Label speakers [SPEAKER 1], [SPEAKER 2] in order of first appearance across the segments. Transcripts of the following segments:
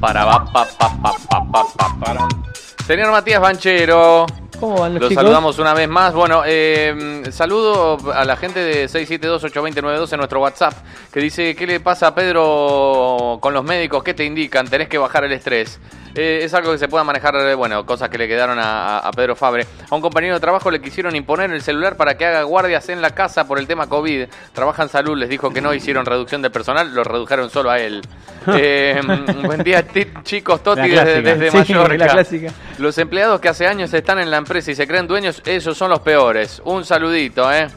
[SPEAKER 1] Para va, pa, pa, pa, pa, pa, pa, para. Señor Matías Banchero.
[SPEAKER 2] ¿Cómo van los
[SPEAKER 1] Los
[SPEAKER 2] chicos?
[SPEAKER 1] saludamos una vez más. Bueno, eh, saludo a la gente de 672-820-92 en nuestro WhatsApp que dice, ¿qué le pasa a Pedro con los médicos? ¿Qué te indican? Tenés que bajar el estrés. Eh, es algo que se pueda manejar, eh, bueno, cosas que le quedaron a, a Pedro Fabre. A un compañero de trabajo le quisieron imponer el celular para que haga guardias en la casa por el tema COVID. Trabaja en salud, les dijo que no hicieron reducción de personal, lo redujeron solo a él. Eh, buen día, ti- chicos, Toti,
[SPEAKER 2] La
[SPEAKER 1] desde,
[SPEAKER 2] clásica.
[SPEAKER 1] desde
[SPEAKER 2] Sí,
[SPEAKER 1] Mallorca.
[SPEAKER 2] la clásica.
[SPEAKER 1] Los empleados que hace años están en la empresa y se creen dueños, esos son los peores. Un saludito, ¿eh?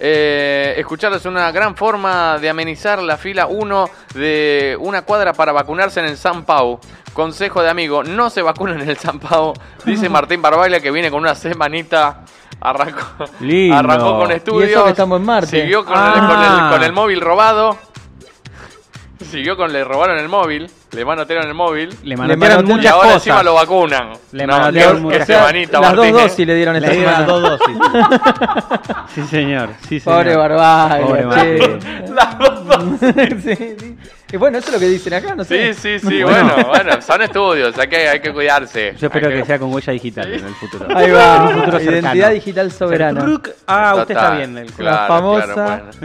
[SPEAKER 1] Eh, escuchar es una gran forma de amenizar la fila 1 de una cuadra para vacunarse en el San Pau. Consejo de amigo, no se vacunen en el San Pau. Dice Martín Barbaglia que viene con una semanita. Arrancó,
[SPEAKER 2] Lindo.
[SPEAKER 1] arrancó con
[SPEAKER 2] Y eso
[SPEAKER 1] estudios.
[SPEAKER 2] que estamos en Marte.
[SPEAKER 1] Siguió con, el,
[SPEAKER 2] Ah.
[SPEAKER 1] con el- con el móvil robado. Siguió con le robaron el móvil. Le manotearon el móvil.
[SPEAKER 3] Le
[SPEAKER 2] mandaron
[SPEAKER 3] mandaron
[SPEAKER 1] Y
[SPEAKER 2] muchas
[SPEAKER 3] muchas
[SPEAKER 1] ahora
[SPEAKER 3] cosas.
[SPEAKER 1] encima lo vacunan.
[SPEAKER 3] Le
[SPEAKER 1] no,
[SPEAKER 3] manotearon
[SPEAKER 1] que-
[SPEAKER 3] muchas
[SPEAKER 1] que
[SPEAKER 3] cosas.
[SPEAKER 1] semanita,
[SPEAKER 2] Las dos
[SPEAKER 1] Martínez.
[SPEAKER 2] dosis le dieron esta
[SPEAKER 3] Le dieron
[SPEAKER 2] semana.
[SPEAKER 3] las dos dosis. Sí, señor. Sí, señor.
[SPEAKER 2] Pobre Barbaglia,
[SPEAKER 3] Pobre Barbaglia.
[SPEAKER 2] che.
[SPEAKER 1] Las dos dosis.
[SPEAKER 2] Sí, sí. Y bueno, eso es lo que dicen acá, no
[SPEAKER 1] Sí,
[SPEAKER 2] sé.
[SPEAKER 1] sí, sí, bueno, bueno, son estudios, hay que, hay que cuidarse.
[SPEAKER 3] Yo espero
[SPEAKER 1] Hay
[SPEAKER 3] que sea con huella digital en el futuro.
[SPEAKER 2] Ahí
[SPEAKER 3] En un
[SPEAKER 2] va.
[SPEAKER 3] futuro cercano.
[SPEAKER 2] Identidad digital soberana.
[SPEAKER 3] Truc. Ah, usted está
[SPEAKER 1] Total,
[SPEAKER 3] bien. el-
[SPEAKER 1] claro,
[SPEAKER 2] la famosa-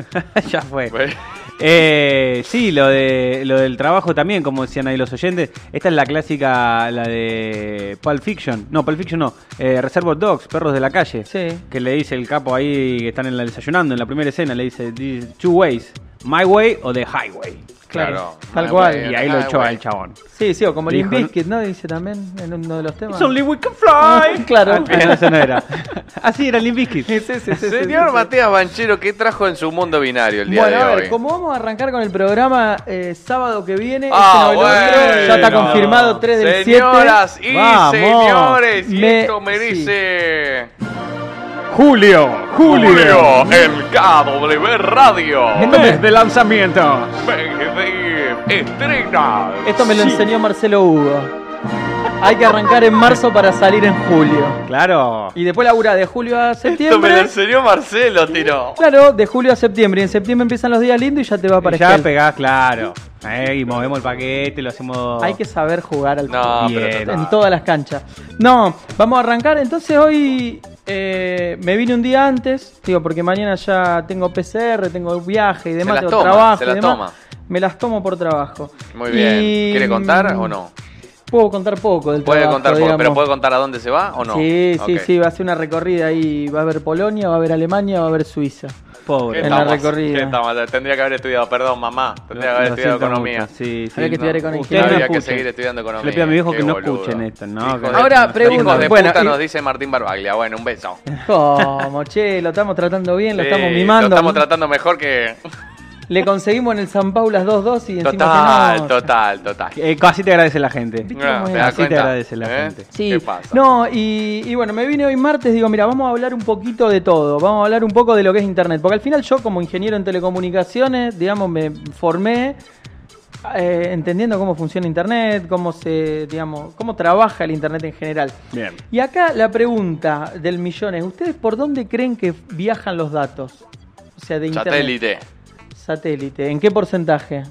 [SPEAKER 1] claro,
[SPEAKER 3] ya fue.
[SPEAKER 1] bueno.
[SPEAKER 3] Eh, sí, lo de lo del trabajo también, como decían ahí los oyentes. Esta es la clásica, la de Pulp Fiction. No, Pulp Fiction no. Eh, Reservoir Dogs, perros de la calle.
[SPEAKER 2] Sí.
[SPEAKER 3] Que le dice el capo ahí que están en la- desayunando en la primera escena. Le dice "These two ways: my way o the highway.
[SPEAKER 1] Claro,
[SPEAKER 2] Tal
[SPEAKER 1] my
[SPEAKER 2] cual.
[SPEAKER 1] way.
[SPEAKER 3] Y ahí lo
[SPEAKER 1] highway.
[SPEAKER 3] echó al chabón.
[SPEAKER 2] Sí, sí, o como Limp
[SPEAKER 3] Dijo, ¿no?
[SPEAKER 2] Bizkit, ¿no? Dice también en uno de los temas.
[SPEAKER 3] It's only we can fly.
[SPEAKER 2] Claro.
[SPEAKER 3] Ah, no, eso no era. Así era Limp Bizkit.
[SPEAKER 2] Sí, sí, sí, sí, sí,
[SPEAKER 1] Señor
[SPEAKER 2] sí.
[SPEAKER 1] Matías Banchero, ¿qué trajo en su mundo binario el día
[SPEAKER 2] Bueno,
[SPEAKER 1] de
[SPEAKER 2] a
[SPEAKER 1] hoy?
[SPEAKER 2] ver, como vamos a arrancar con el programa eh, sábado que viene,
[SPEAKER 1] Ah,
[SPEAKER 2] este noveloso,
[SPEAKER 1] bueno.
[SPEAKER 2] ya está confirmado 3 del 7.
[SPEAKER 1] Señoras y
[SPEAKER 3] Vamos.
[SPEAKER 1] señores, y
[SPEAKER 2] Me-
[SPEAKER 1] esto me
[SPEAKER 2] sí.
[SPEAKER 1] dice...
[SPEAKER 3] Julio,
[SPEAKER 1] Julio, en KW Radio.
[SPEAKER 3] Mes de lanzamiento.
[SPEAKER 1] Estrena.
[SPEAKER 2] Esto me lo enseñó Marcelo Hugo. Hay que arrancar en marzo para salir en julio.
[SPEAKER 3] Claro.
[SPEAKER 2] Y después labura de julio a
[SPEAKER 1] Esto me lo
[SPEAKER 2] septiembre.
[SPEAKER 1] enseñó Marcelo, tiró.
[SPEAKER 2] Claro, de julio a septiembre. Y en septiembre empiezan los días lindos y ya te va para
[SPEAKER 3] ya
[SPEAKER 2] Esquel.
[SPEAKER 3] pegás, claro. Eh, y movemos el paquete, lo hacemos.
[SPEAKER 2] Hay que saber jugar al
[SPEAKER 1] No,
[SPEAKER 2] fútbol.
[SPEAKER 1] Ah, pero
[SPEAKER 3] Bien.
[SPEAKER 1] total.
[SPEAKER 2] en todas las canchas. No, vamos a arrancar. Entonces hoy eh, me vine un día antes, digo, porque mañana ya tengo PCR, tengo viaje y demás,
[SPEAKER 1] las
[SPEAKER 2] tengo
[SPEAKER 1] toma,
[SPEAKER 2] trabajo.
[SPEAKER 1] se
[SPEAKER 2] y
[SPEAKER 1] las
[SPEAKER 2] demás.
[SPEAKER 1] toma.
[SPEAKER 2] Me las tomo por trabajo.
[SPEAKER 1] Muy bien.
[SPEAKER 2] Y, mm,
[SPEAKER 1] ¿Quiere contar o no?
[SPEAKER 2] Puedo contar poco del
[SPEAKER 1] Puede
[SPEAKER 2] trabajo,
[SPEAKER 1] contar, poco, pero
[SPEAKER 2] digamos.
[SPEAKER 1] puede contar a dónde se va o no.
[SPEAKER 2] Sí, sí,
[SPEAKER 1] Ok.
[SPEAKER 2] sí, va a ser una recorrida ahí. Va a haber Polonia, va a haber Alemania, va a haber Suiza.
[SPEAKER 1] ¿Qué
[SPEAKER 3] Pobre.
[SPEAKER 2] en la
[SPEAKER 1] estamos?
[SPEAKER 2] recorrida.
[SPEAKER 1] ¿Qué estamos? Tendría que haber estudiado, perdón, mamá. Tendría que haber
[SPEAKER 3] Lo
[SPEAKER 1] estudiado
[SPEAKER 3] siento
[SPEAKER 1] economía.
[SPEAKER 3] mucho. Sí, sí.
[SPEAKER 2] Había que estudiar economía.
[SPEAKER 3] Ustedes
[SPEAKER 1] Habría que
[SPEAKER 3] escuchen.
[SPEAKER 1] seguir estudiando economía.
[SPEAKER 3] Yo le pido a mi viejo
[SPEAKER 1] Qué
[SPEAKER 3] que no
[SPEAKER 1] boludo.
[SPEAKER 3] escuchen esto, ¿no?
[SPEAKER 1] Hijos
[SPEAKER 3] Que-
[SPEAKER 1] de-
[SPEAKER 2] Ahora, pregunto.
[SPEAKER 1] Hijos de
[SPEAKER 2] Bueno,
[SPEAKER 1] puta
[SPEAKER 2] y-
[SPEAKER 1] nos dice Martín Barbaglia. Bueno, un beso.
[SPEAKER 2] Como, che, lo estamos tratando bien, lo
[SPEAKER 1] Sí,
[SPEAKER 2] estamos mimando.
[SPEAKER 1] Lo estamos tratando mejor que.
[SPEAKER 2] Le conseguimos en el San Paulo las 2-2 y encima
[SPEAKER 1] Total,
[SPEAKER 2] que no.
[SPEAKER 1] total, total.
[SPEAKER 3] Eh, casi te agradece la gente.
[SPEAKER 2] ¿Viste
[SPEAKER 1] Ah,
[SPEAKER 2] cómo es?
[SPEAKER 1] ¿te das
[SPEAKER 3] Así te
[SPEAKER 1] cuenta?
[SPEAKER 3] agradece la
[SPEAKER 1] ¿Eh?
[SPEAKER 3] gente.
[SPEAKER 2] Sí.
[SPEAKER 1] ¿Qué pasa?
[SPEAKER 2] No, y, y bueno, me vine hoy martes, digo, mira, vamos a hablar un poquito de todo, vamos a hablar un poco de lo que es Internet, porque al final yo como ingeniero en telecomunicaciones, digamos, me formé eh, entendiendo cómo funciona Internet, cómo se, digamos, cómo trabaja el Internet en general.
[SPEAKER 3] Bien.
[SPEAKER 2] Y acá la pregunta del millón es, ¿ustedes por dónde creen que viajan los datos? O sea, de Internet.
[SPEAKER 1] Satélite.
[SPEAKER 2] Satélite. ¿En qué porcentaje?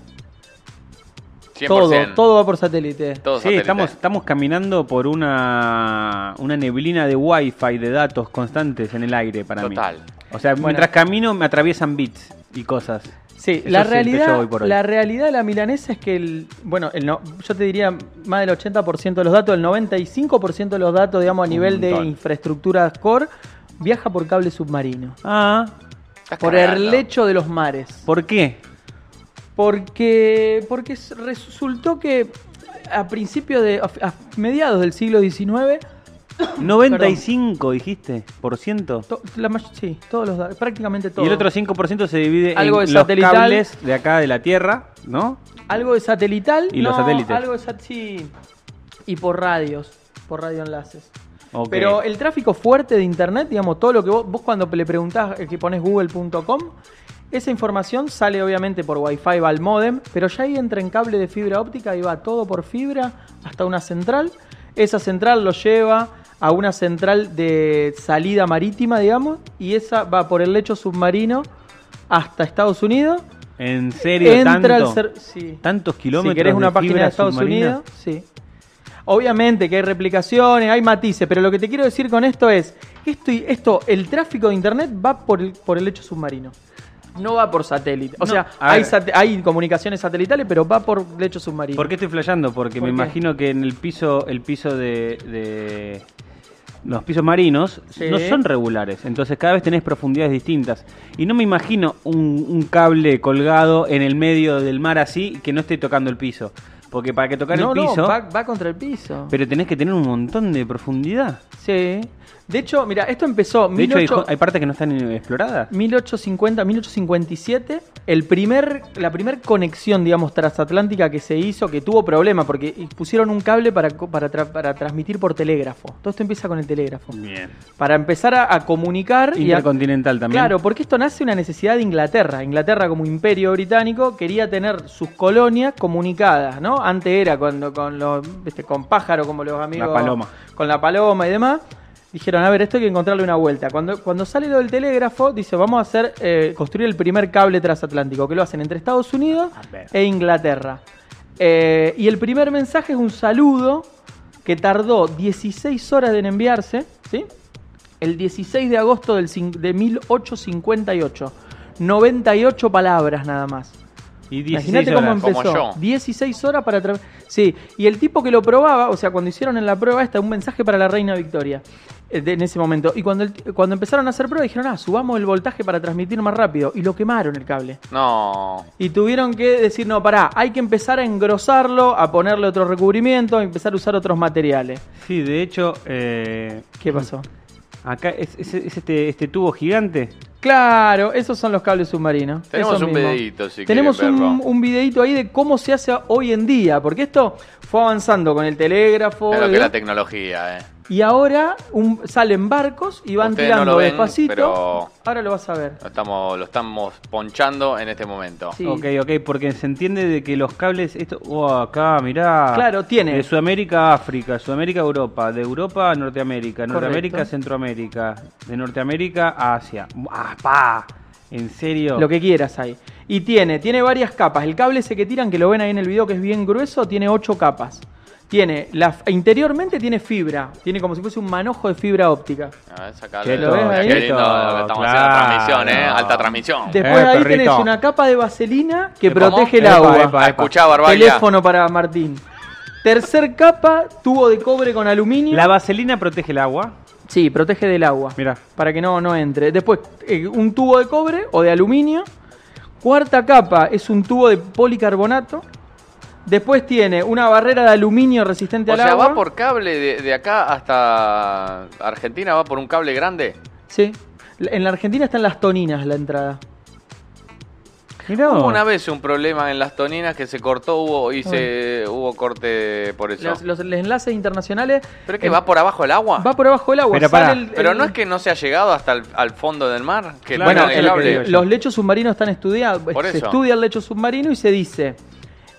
[SPEAKER 1] 100%.
[SPEAKER 2] Todo, todo va por satélite.
[SPEAKER 1] Todo
[SPEAKER 3] Sí,
[SPEAKER 1] satélite.
[SPEAKER 3] estamos, estamos caminando por una, una neblina de wifi de datos constantes en el aire para mí.
[SPEAKER 1] Total.
[SPEAKER 3] O sea, mientras camino me atraviesan bits y cosas.
[SPEAKER 2] Sí,
[SPEAKER 3] Eso
[SPEAKER 2] la
[SPEAKER 3] siento yo hoy
[SPEAKER 2] realidad,
[SPEAKER 3] por hoy.
[SPEAKER 2] la realidad de la milanesa es que el, bueno, el no, yo te diría más del 80% de los datos, el 95% de los datos, digamos, a nivel de
[SPEAKER 3] montón.
[SPEAKER 2] infraestructura core, viaja por cable submarino.
[SPEAKER 3] Ah,
[SPEAKER 1] Estás
[SPEAKER 2] Por
[SPEAKER 1] cagando.
[SPEAKER 2] el lecho de los mares.
[SPEAKER 3] ¿por qué?
[SPEAKER 2] Porque, porque s- resultó que a principios de. a- a mediados del siglo XIX,
[SPEAKER 3] 95 dijiste, por ciento.
[SPEAKER 2] to- la may- sí, todos los datos, prácticamente
[SPEAKER 3] Y
[SPEAKER 2] todos.
[SPEAKER 3] el otro 5% se divide
[SPEAKER 2] Algo de
[SPEAKER 3] en los
[SPEAKER 2] satelital.
[SPEAKER 3] cables de acá de la Tierra, ¿no?
[SPEAKER 2] Algo de satelital.
[SPEAKER 3] Y los
[SPEAKER 2] no,
[SPEAKER 3] satélites.
[SPEAKER 2] Algo de sat- sí. Y por radios, por radioenlaces.
[SPEAKER 3] Ok.
[SPEAKER 2] Pero el tráfico fuerte de internet, digamos, todo lo que vos, vos cuando le preguntás, eh, que pones google.com, esa información sale obviamente por wifi, va al modem, pero ya ahí entra en cable de fibra óptica y va todo por fibra hasta una central. Esa central lo lleva a una central de salida marítima, digamos, y esa va por el lecho submarino hasta Estados Unidos.
[SPEAKER 3] ¿En serio tanto?
[SPEAKER 2] al ser- sí.
[SPEAKER 3] ¿Tantos kilómetros
[SPEAKER 2] Si querés una
[SPEAKER 3] de
[SPEAKER 2] página
[SPEAKER 3] fibra
[SPEAKER 2] de Estados
[SPEAKER 3] submarina?
[SPEAKER 2] Unidos, sí. Obviamente que hay replicaciones, hay matices, pero lo que te quiero decir con esto es que esto, y- esto el tráfico de Internet va por el, por el hecho submarino. No va por satélite. O
[SPEAKER 3] No,
[SPEAKER 2] sea,
[SPEAKER 3] a
[SPEAKER 2] hay,
[SPEAKER 3] ver.
[SPEAKER 2] sate- hay comunicaciones satelitales, pero va por el hecho submarino.
[SPEAKER 3] ¿Por qué estoy flasheando? Porque
[SPEAKER 2] ¿Por
[SPEAKER 3] me
[SPEAKER 2] qué?
[SPEAKER 3] imagino que en el piso, el piso de, de- los pisos marinos
[SPEAKER 2] Sí.
[SPEAKER 3] no son regulares, entonces cada vez tenés profundidades distintas. Y no me imagino un, un cable colgado en el medio del mar así que no esté tocando el piso. Porque para que tocar
[SPEAKER 2] no,
[SPEAKER 3] el piso,
[SPEAKER 2] no, va, va contra el piso.
[SPEAKER 3] pero tenés que tener un montón de profundidad.
[SPEAKER 2] Sí. De hecho, mira, esto empezó.
[SPEAKER 3] De hecho, hay
[SPEAKER 2] 18
[SPEAKER 3] jo- hay, partes que no están eh, exploradas.
[SPEAKER 2] 1850, 1857, el primer, la primera conexión, digamos, transatlántica que se hizo, que tuvo problema, porque pusieron un cable para, co- para, tra- para transmitir por telégrafo. Todo esto empieza con el telégrafo.
[SPEAKER 3] Bien.
[SPEAKER 2] Para empezar a, a comunicar y a,
[SPEAKER 3] Intercontinental también.
[SPEAKER 2] Claro, porque esto nace una necesidad de Inglaterra. Inglaterra como imperio británico quería tener sus colonias comunicadas, ¿no? Antes era cuando con los este, con pájaro como los amigos
[SPEAKER 3] paloma.
[SPEAKER 2] con la paloma y demás. Dijeron, a ver, esto hay que encontrarle una vuelta. Cuando, cuando sale lo del telégrafo, dice, vamos a hacer eh, construir el primer cable transatlántico, que lo hacen entre Estados Unidos
[SPEAKER 3] A ver.
[SPEAKER 2] e Inglaterra. Eh, y el primer mensaje es un saludo que tardó 16 horas en enviarse, ¿sí? El 16 de agosto del cin- de 1858. 98 palabras nada más.
[SPEAKER 3] Y 16
[SPEAKER 2] Imagínate cómo
[SPEAKER 3] horas.
[SPEAKER 2] empezó.
[SPEAKER 1] Como yo.
[SPEAKER 2] 16 horas para tra- Sí, y el tipo que lo probaba, o sea, cuando hicieron en la prueba esta, un mensaje para la reina Victoria. eh, de- En ese momento. Y cuando, el t- cuando empezaron a hacer prueba, dijeron, ah, subamos el voltaje para transmitir más rápido. Y lo quemaron el cable.
[SPEAKER 1] No.
[SPEAKER 2] Y tuvieron que decir, no, pará, hay que empezar a engrosarlo, a ponerle otro recubrimiento, a empezar a usar otros materiales.
[SPEAKER 3] Sí, de hecho, eh,
[SPEAKER 2] ¿Qué pasó?
[SPEAKER 3] acá es, es- es este, este tubo gigante.
[SPEAKER 2] Claro, esos son los cables submarinos.
[SPEAKER 1] Tenemos
[SPEAKER 2] esos
[SPEAKER 1] un
[SPEAKER 2] mismos.
[SPEAKER 1] videíto, si
[SPEAKER 2] Tenemos
[SPEAKER 1] quieren
[SPEAKER 2] un,
[SPEAKER 1] verlo.
[SPEAKER 2] un videíto ahí de cómo se hace hoy en día, porque esto fue avanzando con el telégrafo
[SPEAKER 1] Es lo que es
[SPEAKER 2] ¿verdad?
[SPEAKER 1] la tecnología, eh.
[SPEAKER 2] y ahora un- salen barcos y van
[SPEAKER 1] Ustedes no
[SPEAKER 2] tirando
[SPEAKER 1] lo ven,
[SPEAKER 2] despacito.
[SPEAKER 1] pero-
[SPEAKER 2] Ahora lo vas a ver.
[SPEAKER 1] Lo estamos, lo estamos ponchando en este momento.
[SPEAKER 2] Sí.
[SPEAKER 3] Ok, ok, porque se entiende de que los cables, esto, oh, acá, mirá.
[SPEAKER 2] Claro, tiene.
[SPEAKER 3] De Sudamérica a África, Sudamérica a Europa, de Europa a Norteamérica, Norteamérica a
[SPEAKER 2] Correcto.
[SPEAKER 3] Centroamérica, de Norteamérica a Asia. ¡Ah, pa! ¿En serio?
[SPEAKER 2] Lo que quieras ahí. Y tiene, tiene varias capas. El cable ese que tiran, que lo ven ahí en el video, que es bien grueso, tiene ocho capas. Tiene, la, interiormente tiene fibra, tiene como si fuese un manojo de fibra óptica.
[SPEAKER 3] Eh,
[SPEAKER 1] A ver, sacalo.
[SPEAKER 3] Che,
[SPEAKER 2] ¿lo ves
[SPEAKER 1] Mira,
[SPEAKER 2] ahí?
[SPEAKER 1] Qué lindo, lo que estamos haciendo
[SPEAKER 3] Claro.
[SPEAKER 1] transmisión, eh. Alta transmisión.
[SPEAKER 3] De-
[SPEAKER 2] Después
[SPEAKER 3] Eh,
[SPEAKER 2] ahí
[SPEAKER 3] perrito.
[SPEAKER 2] tenés una capa de vaselina que
[SPEAKER 1] ¿Cómo?
[SPEAKER 2] protege el
[SPEAKER 3] Epa,
[SPEAKER 2] agua.
[SPEAKER 3] epa, epa.
[SPEAKER 1] Escuchá, Barbalia.
[SPEAKER 2] Teléfono para Martín. Tercer capa, tubo de cobre con aluminio.
[SPEAKER 3] La vaselina protege el agua.
[SPEAKER 2] Sí, protege del agua.
[SPEAKER 3] Mirá.
[SPEAKER 2] Para que no, no entre. Después, eh, un tubo de cobre o de aluminio. Cuarta capa es un tubo de policarbonato. Después tiene una barrera de aluminio resistente
[SPEAKER 1] O
[SPEAKER 2] al
[SPEAKER 1] sea,
[SPEAKER 2] agua.
[SPEAKER 1] va por cable de, de acá hasta Argentina, va por un cable grande.
[SPEAKER 2] Sí. La- En la Argentina están las toninas la entrada.
[SPEAKER 3] Mirá.
[SPEAKER 1] Hubo una vez un problema en las toninas que se cortó hubo, y se, hubo corte por eso.
[SPEAKER 2] Las- los, enlaces internacionales.
[SPEAKER 1] ¿Pero es que
[SPEAKER 2] eh,
[SPEAKER 1] va por abajo el agua?
[SPEAKER 2] va por abajo del agua.
[SPEAKER 3] Pero
[SPEAKER 2] sale
[SPEAKER 3] pará,
[SPEAKER 2] el-
[SPEAKER 1] Pero
[SPEAKER 2] el-
[SPEAKER 1] no es que no se ha llegado hasta el, al fondo del mar. Que
[SPEAKER 3] Claro,
[SPEAKER 1] tengan
[SPEAKER 2] Bueno,
[SPEAKER 3] no,
[SPEAKER 1] el
[SPEAKER 3] es lo que
[SPEAKER 1] cable.
[SPEAKER 3] digo yo.
[SPEAKER 2] los lechos submarinos están estudiados.
[SPEAKER 1] Por
[SPEAKER 2] Se
[SPEAKER 1] eso.
[SPEAKER 2] estudia el lecho submarino y se dice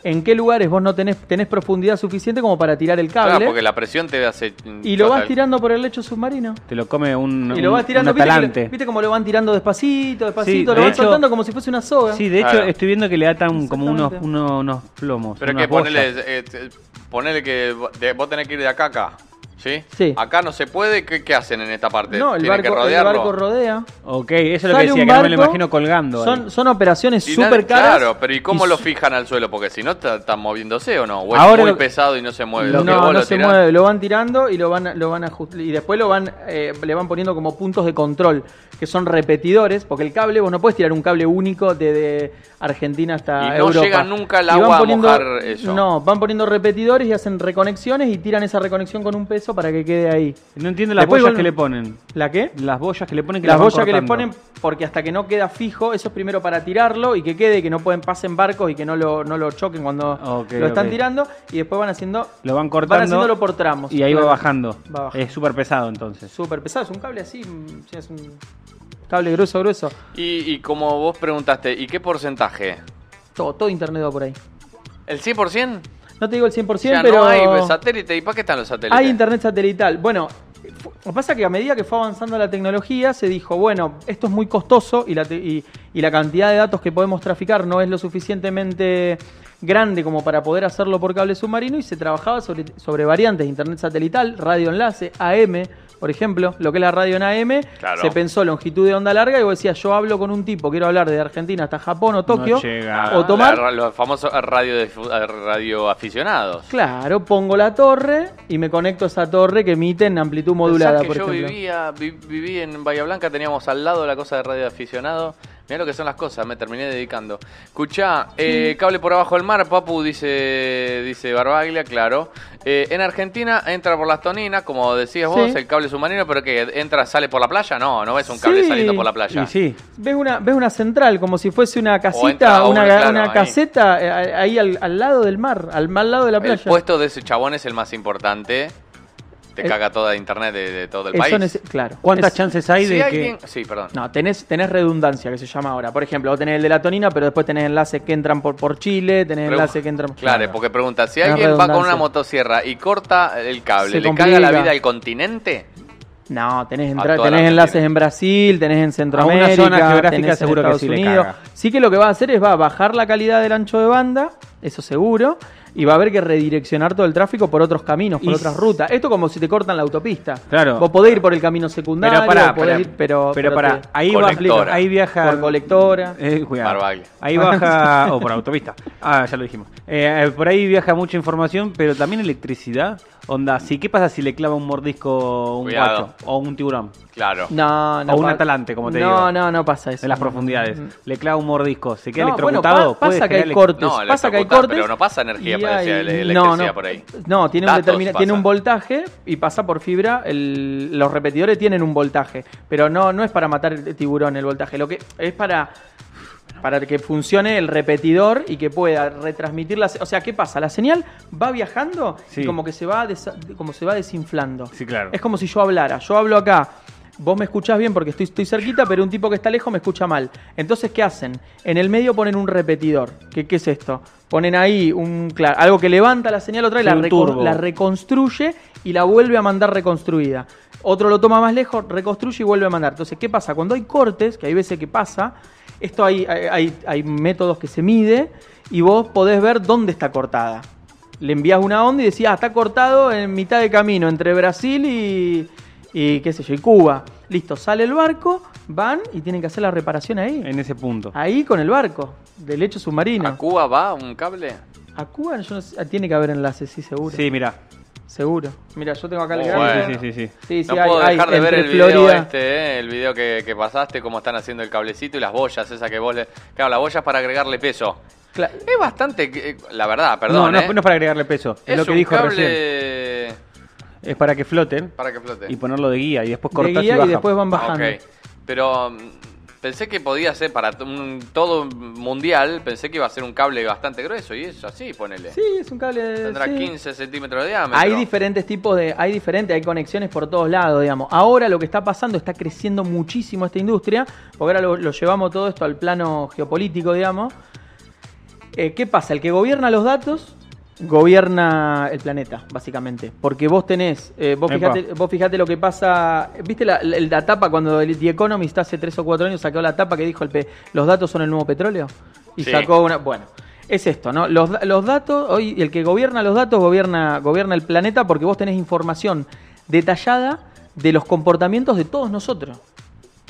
[SPEAKER 2] en qué lugares vos no tenés, tenés profundidad suficiente como para tirar el
[SPEAKER 1] Claro,
[SPEAKER 2] cable.
[SPEAKER 1] porque la presión te hace.
[SPEAKER 2] y lo vas
[SPEAKER 1] total.
[SPEAKER 2] tirando por el lecho submarino.
[SPEAKER 3] Te lo come un,
[SPEAKER 2] Y lo
[SPEAKER 3] un-
[SPEAKER 2] vas tirando,
[SPEAKER 3] un
[SPEAKER 2] viste, que lo-
[SPEAKER 3] atalante.
[SPEAKER 2] viste cómo lo van tirando despacito,
[SPEAKER 3] Sí,
[SPEAKER 2] despacito,
[SPEAKER 3] de
[SPEAKER 2] lo van
[SPEAKER 3] hecho-
[SPEAKER 2] soltando como si fuese una soga.
[SPEAKER 3] Sí, de hecho,
[SPEAKER 1] Claro.
[SPEAKER 3] estoy viendo que le atan como unos,
[SPEAKER 2] Exactamente.
[SPEAKER 3] unos, unos plomos.
[SPEAKER 1] Pero
[SPEAKER 3] unas
[SPEAKER 1] que ponele,
[SPEAKER 3] boyas.
[SPEAKER 1] eh, eh, ponele que vo- de- vos tenés que ir de acá a acá. ¿Sí?
[SPEAKER 2] Sí.
[SPEAKER 1] Acá no se puede. ¿Qué, qué hacen en esta parte?
[SPEAKER 2] No, el
[SPEAKER 1] Tienen
[SPEAKER 2] barco,
[SPEAKER 1] que
[SPEAKER 2] el
[SPEAKER 1] rodearlo.
[SPEAKER 2] barco rodea.
[SPEAKER 3] Ok, eso es lo que
[SPEAKER 2] Sale
[SPEAKER 3] decía,
[SPEAKER 2] un
[SPEAKER 3] que no me lo
[SPEAKER 2] barco,
[SPEAKER 3] imagino colgando. ahí.
[SPEAKER 2] Son, son operaciones
[SPEAKER 1] Y nadie-
[SPEAKER 2] súper caras.
[SPEAKER 1] Claro, pero ¿y cómo
[SPEAKER 2] y
[SPEAKER 1] lo
[SPEAKER 2] su-
[SPEAKER 1] fijan al suelo? Porque si no, está- están moviéndose o no. O es
[SPEAKER 3] Ahora
[SPEAKER 1] muy
[SPEAKER 3] lo-
[SPEAKER 1] pesado y no se mueve.
[SPEAKER 2] No,
[SPEAKER 1] Lo que vos
[SPEAKER 2] no
[SPEAKER 1] lo
[SPEAKER 2] se
[SPEAKER 1] tirás-
[SPEAKER 2] mueve, lo van tirando y lo van, lo van ajust- y después lo van, eh, le van poniendo como puntos de control, que son repetidores, porque el cable, vos no puedes tirar un cable único desde Argentina hasta
[SPEAKER 1] Y no
[SPEAKER 2] Europa.
[SPEAKER 1] llega nunca el
[SPEAKER 2] Y van
[SPEAKER 1] agua a mojar eso.
[SPEAKER 2] No, van poniendo repetidores y hacen reconexiones y tiran esa reconexión con un peso eso para que quede ahí.
[SPEAKER 3] No entiendo las
[SPEAKER 2] Después
[SPEAKER 3] boyas
[SPEAKER 2] igual-
[SPEAKER 3] que le ponen.
[SPEAKER 2] ¿La qué?
[SPEAKER 3] Las boyas que le ponen que
[SPEAKER 2] Las
[SPEAKER 3] van
[SPEAKER 2] boyas que les
[SPEAKER 3] cortando.
[SPEAKER 2] ponen, porque hasta que no queda fijo, eso es primero para tirarlo y que quede, que no pueden pasen barcos y que no lo, no lo choquen cuando
[SPEAKER 3] Ok,
[SPEAKER 2] lo están
[SPEAKER 3] ok.
[SPEAKER 2] tirando. Y después van haciendo.
[SPEAKER 3] Lo van cortando.
[SPEAKER 2] Van haciéndolo por tramos.
[SPEAKER 3] Y ahí
[SPEAKER 2] claro.
[SPEAKER 3] va bajando.
[SPEAKER 2] Va bajando.
[SPEAKER 3] Es súper pesado entonces.
[SPEAKER 2] Súper pesado, es un cable así, mm, sí, es un cable grueso, grueso.
[SPEAKER 1] Y, y como vos preguntaste, ¿y qué porcentaje?
[SPEAKER 2] Todo, todo internet va por ahí.
[SPEAKER 1] ¿El 100%?
[SPEAKER 2] No te digo el 100%,
[SPEAKER 1] o sea,
[SPEAKER 2] pero.
[SPEAKER 1] no hay satélite. ¿Y para qué están los satélites?
[SPEAKER 2] Hay internet satelital. Bueno, fu- lo que pasa es que a medida que fue avanzando la tecnología, se dijo, bueno, esto es muy costoso y la, te- y, y la cantidad de datos que podemos traficar no es lo suficientemente grande como para poder hacerlo por cable submarino y se trabajaba sobre, sobre variantes de internet satelital, radio enlace, AM, por ejemplo, lo que es la radio en AM,
[SPEAKER 1] Claro.
[SPEAKER 2] se pensó longitud de onda larga y vos decías, yo hablo con un tipo, quiero hablar de Argentina hasta Japón o Tokio,
[SPEAKER 3] llega.
[SPEAKER 2] o tomar...
[SPEAKER 1] Ah, La- los famosos radio aficionados.
[SPEAKER 2] Claro, pongo la torre y me conecto a esa torre que emite en amplitud
[SPEAKER 1] Pensás
[SPEAKER 2] modulada,
[SPEAKER 1] que
[SPEAKER 2] por
[SPEAKER 1] yo
[SPEAKER 2] ejemplo.
[SPEAKER 1] vivía, vi- viví en Bahía Blanca, teníamos al lado la cosa de radio aficionado. Mirá lo que son las cosas, me terminé dedicando. Escuchá, eh, cable por abajo del mar, Papu, dice, dice Barbaglia, claro. Eh, en Argentina entra por las toninas, como decías vos,
[SPEAKER 2] Sí.
[SPEAKER 1] el cable submarino, pero que entra, sale por la playa. No, no ves un cable
[SPEAKER 2] Sí.
[SPEAKER 1] saliendo por la playa.
[SPEAKER 3] Y sí.
[SPEAKER 2] Ves una, ves una central, como si fuese una casita,
[SPEAKER 1] entra uno,
[SPEAKER 2] una,
[SPEAKER 1] claro,
[SPEAKER 2] una
[SPEAKER 1] ahí.
[SPEAKER 2] caseta eh, ahí al, al lado del mar, al mal lado de la
[SPEAKER 1] El
[SPEAKER 2] playa.
[SPEAKER 1] puesto de ese chabón es el más importante. Te
[SPEAKER 2] El-
[SPEAKER 1] caga toda internet de, de todo el
[SPEAKER 2] Eso
[SPEAKER 1] país.
[SPEAKER 2] nece- claro.
[SPEAKER 3] ¿Cuántas
[SPEAKER 2] Es-
[SPEAKER 3] chances hay
[SPEAKER 1] Si
[SPEAKER 3] de
[SPEAKER 1] alguien-
[SPEAKER 3] que.?
[SPEAKER 1] Sí, perdón.
[SPEAKER 2] No, tenés, tenés redundancia, que se llama ahora. Por ejemplo, vos tenés el de la tonina, pero después tenés enlaces que entran por, por Chile, tenés
[SPEAKER 1] Pero-
[SPEAKER 2] enlaces que entran por...
[SPEAKER 1] Claro, porque pregunta, si
[SPEAKER 2] La
[SPEAKER 1] alguien va con
[SPEAKER 2] redundancia.
[SPEAKER 1] una motosierra y corta el cable,
[SPEAKER 2] Se
[SPEAKER 1] ¿le caga la
[SPEAKER 2] complica.
[SPEAKER 1] vida al continente?
[SPEAKER 2] No, tenés,
[SPEAKER 1] A
[SPEAKER 2] entra-
[SPEAKER 1] toda la
[SPEAKER 2] tenés enlaces
[SPEAKER 1] Argentina.
[SPEAKER 2] en Brasil, tenés en Centroamérica.
[SPEAKER 3] A una zona geográfica
[SPEAKER 2] tenés en
[SPEAKER 3] seguro que
[SPEAKER 2] Estados
[SPEAKER 3] sí le
[SPEAKER 2] Unidos.
[SPEAKER 3] caga.
[SPEAKER 2] Sí que lo que va a hacer es va a bajar la calidad del ancho de banda, eso seguro, y va a haber que redireccionar todo el tráfico por otros caminos, por
[SPEAKER 3] Y
[SPEAKER 2] otras
[SPEAKER 3] s-
[SPEAKER 2] rutas. Esto como si te cortan la autopista.
[SPEAKER 3] Claro.
[SPEAKER 2] Vos podés ir por el camino secundario,
[SPEAKER 3] Pero pará,
[SPEAKER 2] podés
[SPEAKER 3] pará,
[SPEAKER 2] ir, pero,
[SPEAKER 3] pero
[SPEAKER 2] pero
[SPEAKER 3] pará,
[SPEAKER 2] te-
[SPEAKER 3] ahí, va,
[SPEAKER 1] Colectora.
[SPEAKER 3] ahí viaja.
[SPEAKER 2] por colectora.
[SPEAKER 3] Eh, cuidado.
[SPEAKER 1] Barbaglia.
[SPEAKER 3] Ahí baja. o por autopista. Ah, ya lo dijimos. Eh, eh, por ahí viaja mucha información, pero también electricidad. Onda, sí, ¿qué pasa si le clava un mordisco un
[SPEAKER 1] Cuidado.
[SPEAKER 3] guacho o un tiburón?
[SPEAKER 1] Claro.
[SPEAKER 2] No, no.
[SPEAKER 3] O un
[SPEAKER 2] pa-
[SPEAKER 3] atalante, como te
[SPEAKER 2] no,
[SPEAKER 3] digo.
[SPEAKER 2] No, no, pasa eso. Mm.
[SPEAKER 3] En las profundidades. Le clava un mordisco, se queda
[SPEAKER 2] No, bueno,
[SPEAKER 3] electrocutado.
[SPEAKER 2] pa-
[SPEAKER 3] puede
[SPEAKER 2] pasa que
[SPEAKER 3] generar
[SPEAKER 2] hay
[SPEAKER 3] elec-
[SPEAKER 2] cortes,
[SPEAKER 1] No,
[SPEAKER 2] pasa que hay
[SPEAKER 1] electrocutar,
[SPEAKER 2] cortes.
[SPEAKER 1] pero no pasa energía,
[SPEAKER 2] y
[SPEAKER 1] parecía,
[SPEAKER 2] hay-
[SPEAKER 1] ele-
[SPEAKER 2] no,
[SPEAKER 1] electricidad
[SPEAKER 2] no,
[SPEAKER 1] por ahí.
[SPEAKER 2] No, tiene un,
[SPEAKER 1] Datos
[SPEAKER 2] determina-
[SPEAKER 1] pasa.
[SPEAKER 2] tiene un voltaje y pasa por fibra. el- los repetidores tienen un voltaje, pero no, no es para matar el tiburón el voltaje, lo que es para para que funcione el repetidor y que pueda retransmitir la, se- o sea, ¿qué pasa? La señal va viajando
[SPEAKER 3] Sí.
[SPEAKER 2] y como que se va desa- como se va desinflando.
[SPEAKER 3] Sí, claro.
[SPEAKER 2] Es como si yo hablara. Yo hablo acá. Vos me escuchás bien porque estoy, estoy cerquita, pero un tipo que está lejos me escucha mal. Entonces, ¿qué hacen? En el medio ponen un repetidor. ¿Qué, qué es esto? Ponen ahí un, claro, algo que levanta la señal otra vez,
[SPEAKER 3] Sí,
[SPEAKER 2] la,
[SPEAKER 3] un
[SPEAKER 2] recon-
[SPEAKER 3] turbo.
[SPEAKER 2] la reconstruye y la vuelve a mandar reconstruida. Otro lo toma más lejos, reconstruye y vuelve a mandar. Entonces, ¿qué pasa? Cuando hay cortes, que hay veces que pasa, esto hay, hay, hay- hay métodos que se mide y vos podés ver dónde está cortada. Le envías una onda y decís, ah, está cortado en mitad de camino entre Brasil y, y qué sé yo, y Cuba. Listo, sale el barco, van y tienen que hacer la reparación ahí.
[SPEAKER 3] En ese punto.
[SPEAKER 2] Ahí con el barco, del hecho submarino.
[SPEAKER 1] ¿A Cuba va un cable?
[SPEAKER 2] A Cuba yo no sé- tiene que haber enlace, sí, seguro.
[SPEAKER 3] Sí, mira.
[SPEAKER 2] Seguro. Mira, yo tengo acá el
[SPEAKER 1] Oh,
[SPEAKER 2] gráfico.
[SPEAKER 1] bueno.
[SPEAKER 3] Sí, sí, sí. sí.
[SPEAKER 2] Sí, sí,
[SPEAKER 1] no
[SPEAKER 2] hay-
[SPEAKER 1] puedo
[SPEAKER 2] hay
[SPEAKER 1] dejar de ver el
[SPEAKER 2] entre
[SPEAKER 1] video
[SPEAKER 2] Florida.
[SPEAKER 1] este, eh, el video que, que pasaste, cómo están haciendo el cablecito y las boyas, esa que vos le... Claro, las boyas para agregarle peso.
[SPEAKER 2] Cla-
[SPEAKER 1] Es bastante... eh, La verdad, perdón,
[SPEAKER 3] no, no,
[SPEAKER 1] eh.
[SPEAKER 3] no es para agregarle peso. Es,
[SPEAKER 1] es
[SPEAKER 3] lo que
[SPEAKER 1] un
[SPEAKER 3] dijo recién.
[SPEAKER 1] cable...
[SPEAKER 3] Es para que floten
[SPEAKER 1] Para que flote.
[SPEAKER 3] y ponerlo de guía y después
[SPEAKER 2] de
[SPEAKER 3] cortas
[SPEAKER 2] guía
[SPEAKER 3] y baja.
[SPEAKER 2] después van bajando.
[SPEAKER 1] Ok, pero mm, pensé que podía ser para t- un- todo mundial, pensé que iba a ser un cable bastante grueso y es así, ponele.
[SPEAKER 2] Sí, es un cable.
[SPEAKER 1] Tendrá
[SPEAKER 2] sí.
[SPEAKER 1] 15 centímetros de diámetro.
[SPEAKER 2] Hay diferentes tipos de. Hay diferentes, hay conexiones por todos lados, digamos. Ahora lo que está pasando, está creciendo muchísimo esta industria, porque ahora lo, lo llevamos todo esto al plano geopolítico, digamos. Eh, ¿Qué pasa? El que gobierna los datos gobierna el planeta, básicamente. Porque vos tenés, eh, vos,
[SPEAKER 3] Epa.
[SPEAKER 2] fijate, vos fijate lo que pasa, viste la, la- la tapa cuando el The Economist hace tres o cuatro años sacó la tapa que dijo el pe- los datos son el nuevo petróleo? Y
[SPEAKER 1] Sí.
[SPEAKER 2] sacó una, bueno, es esto, ¿no? Los, da- los datos, hoy el que gobierna los datos gobierna, gobierna el planeta porque vos tenés información detallada de los comportamientos de todos nosotros.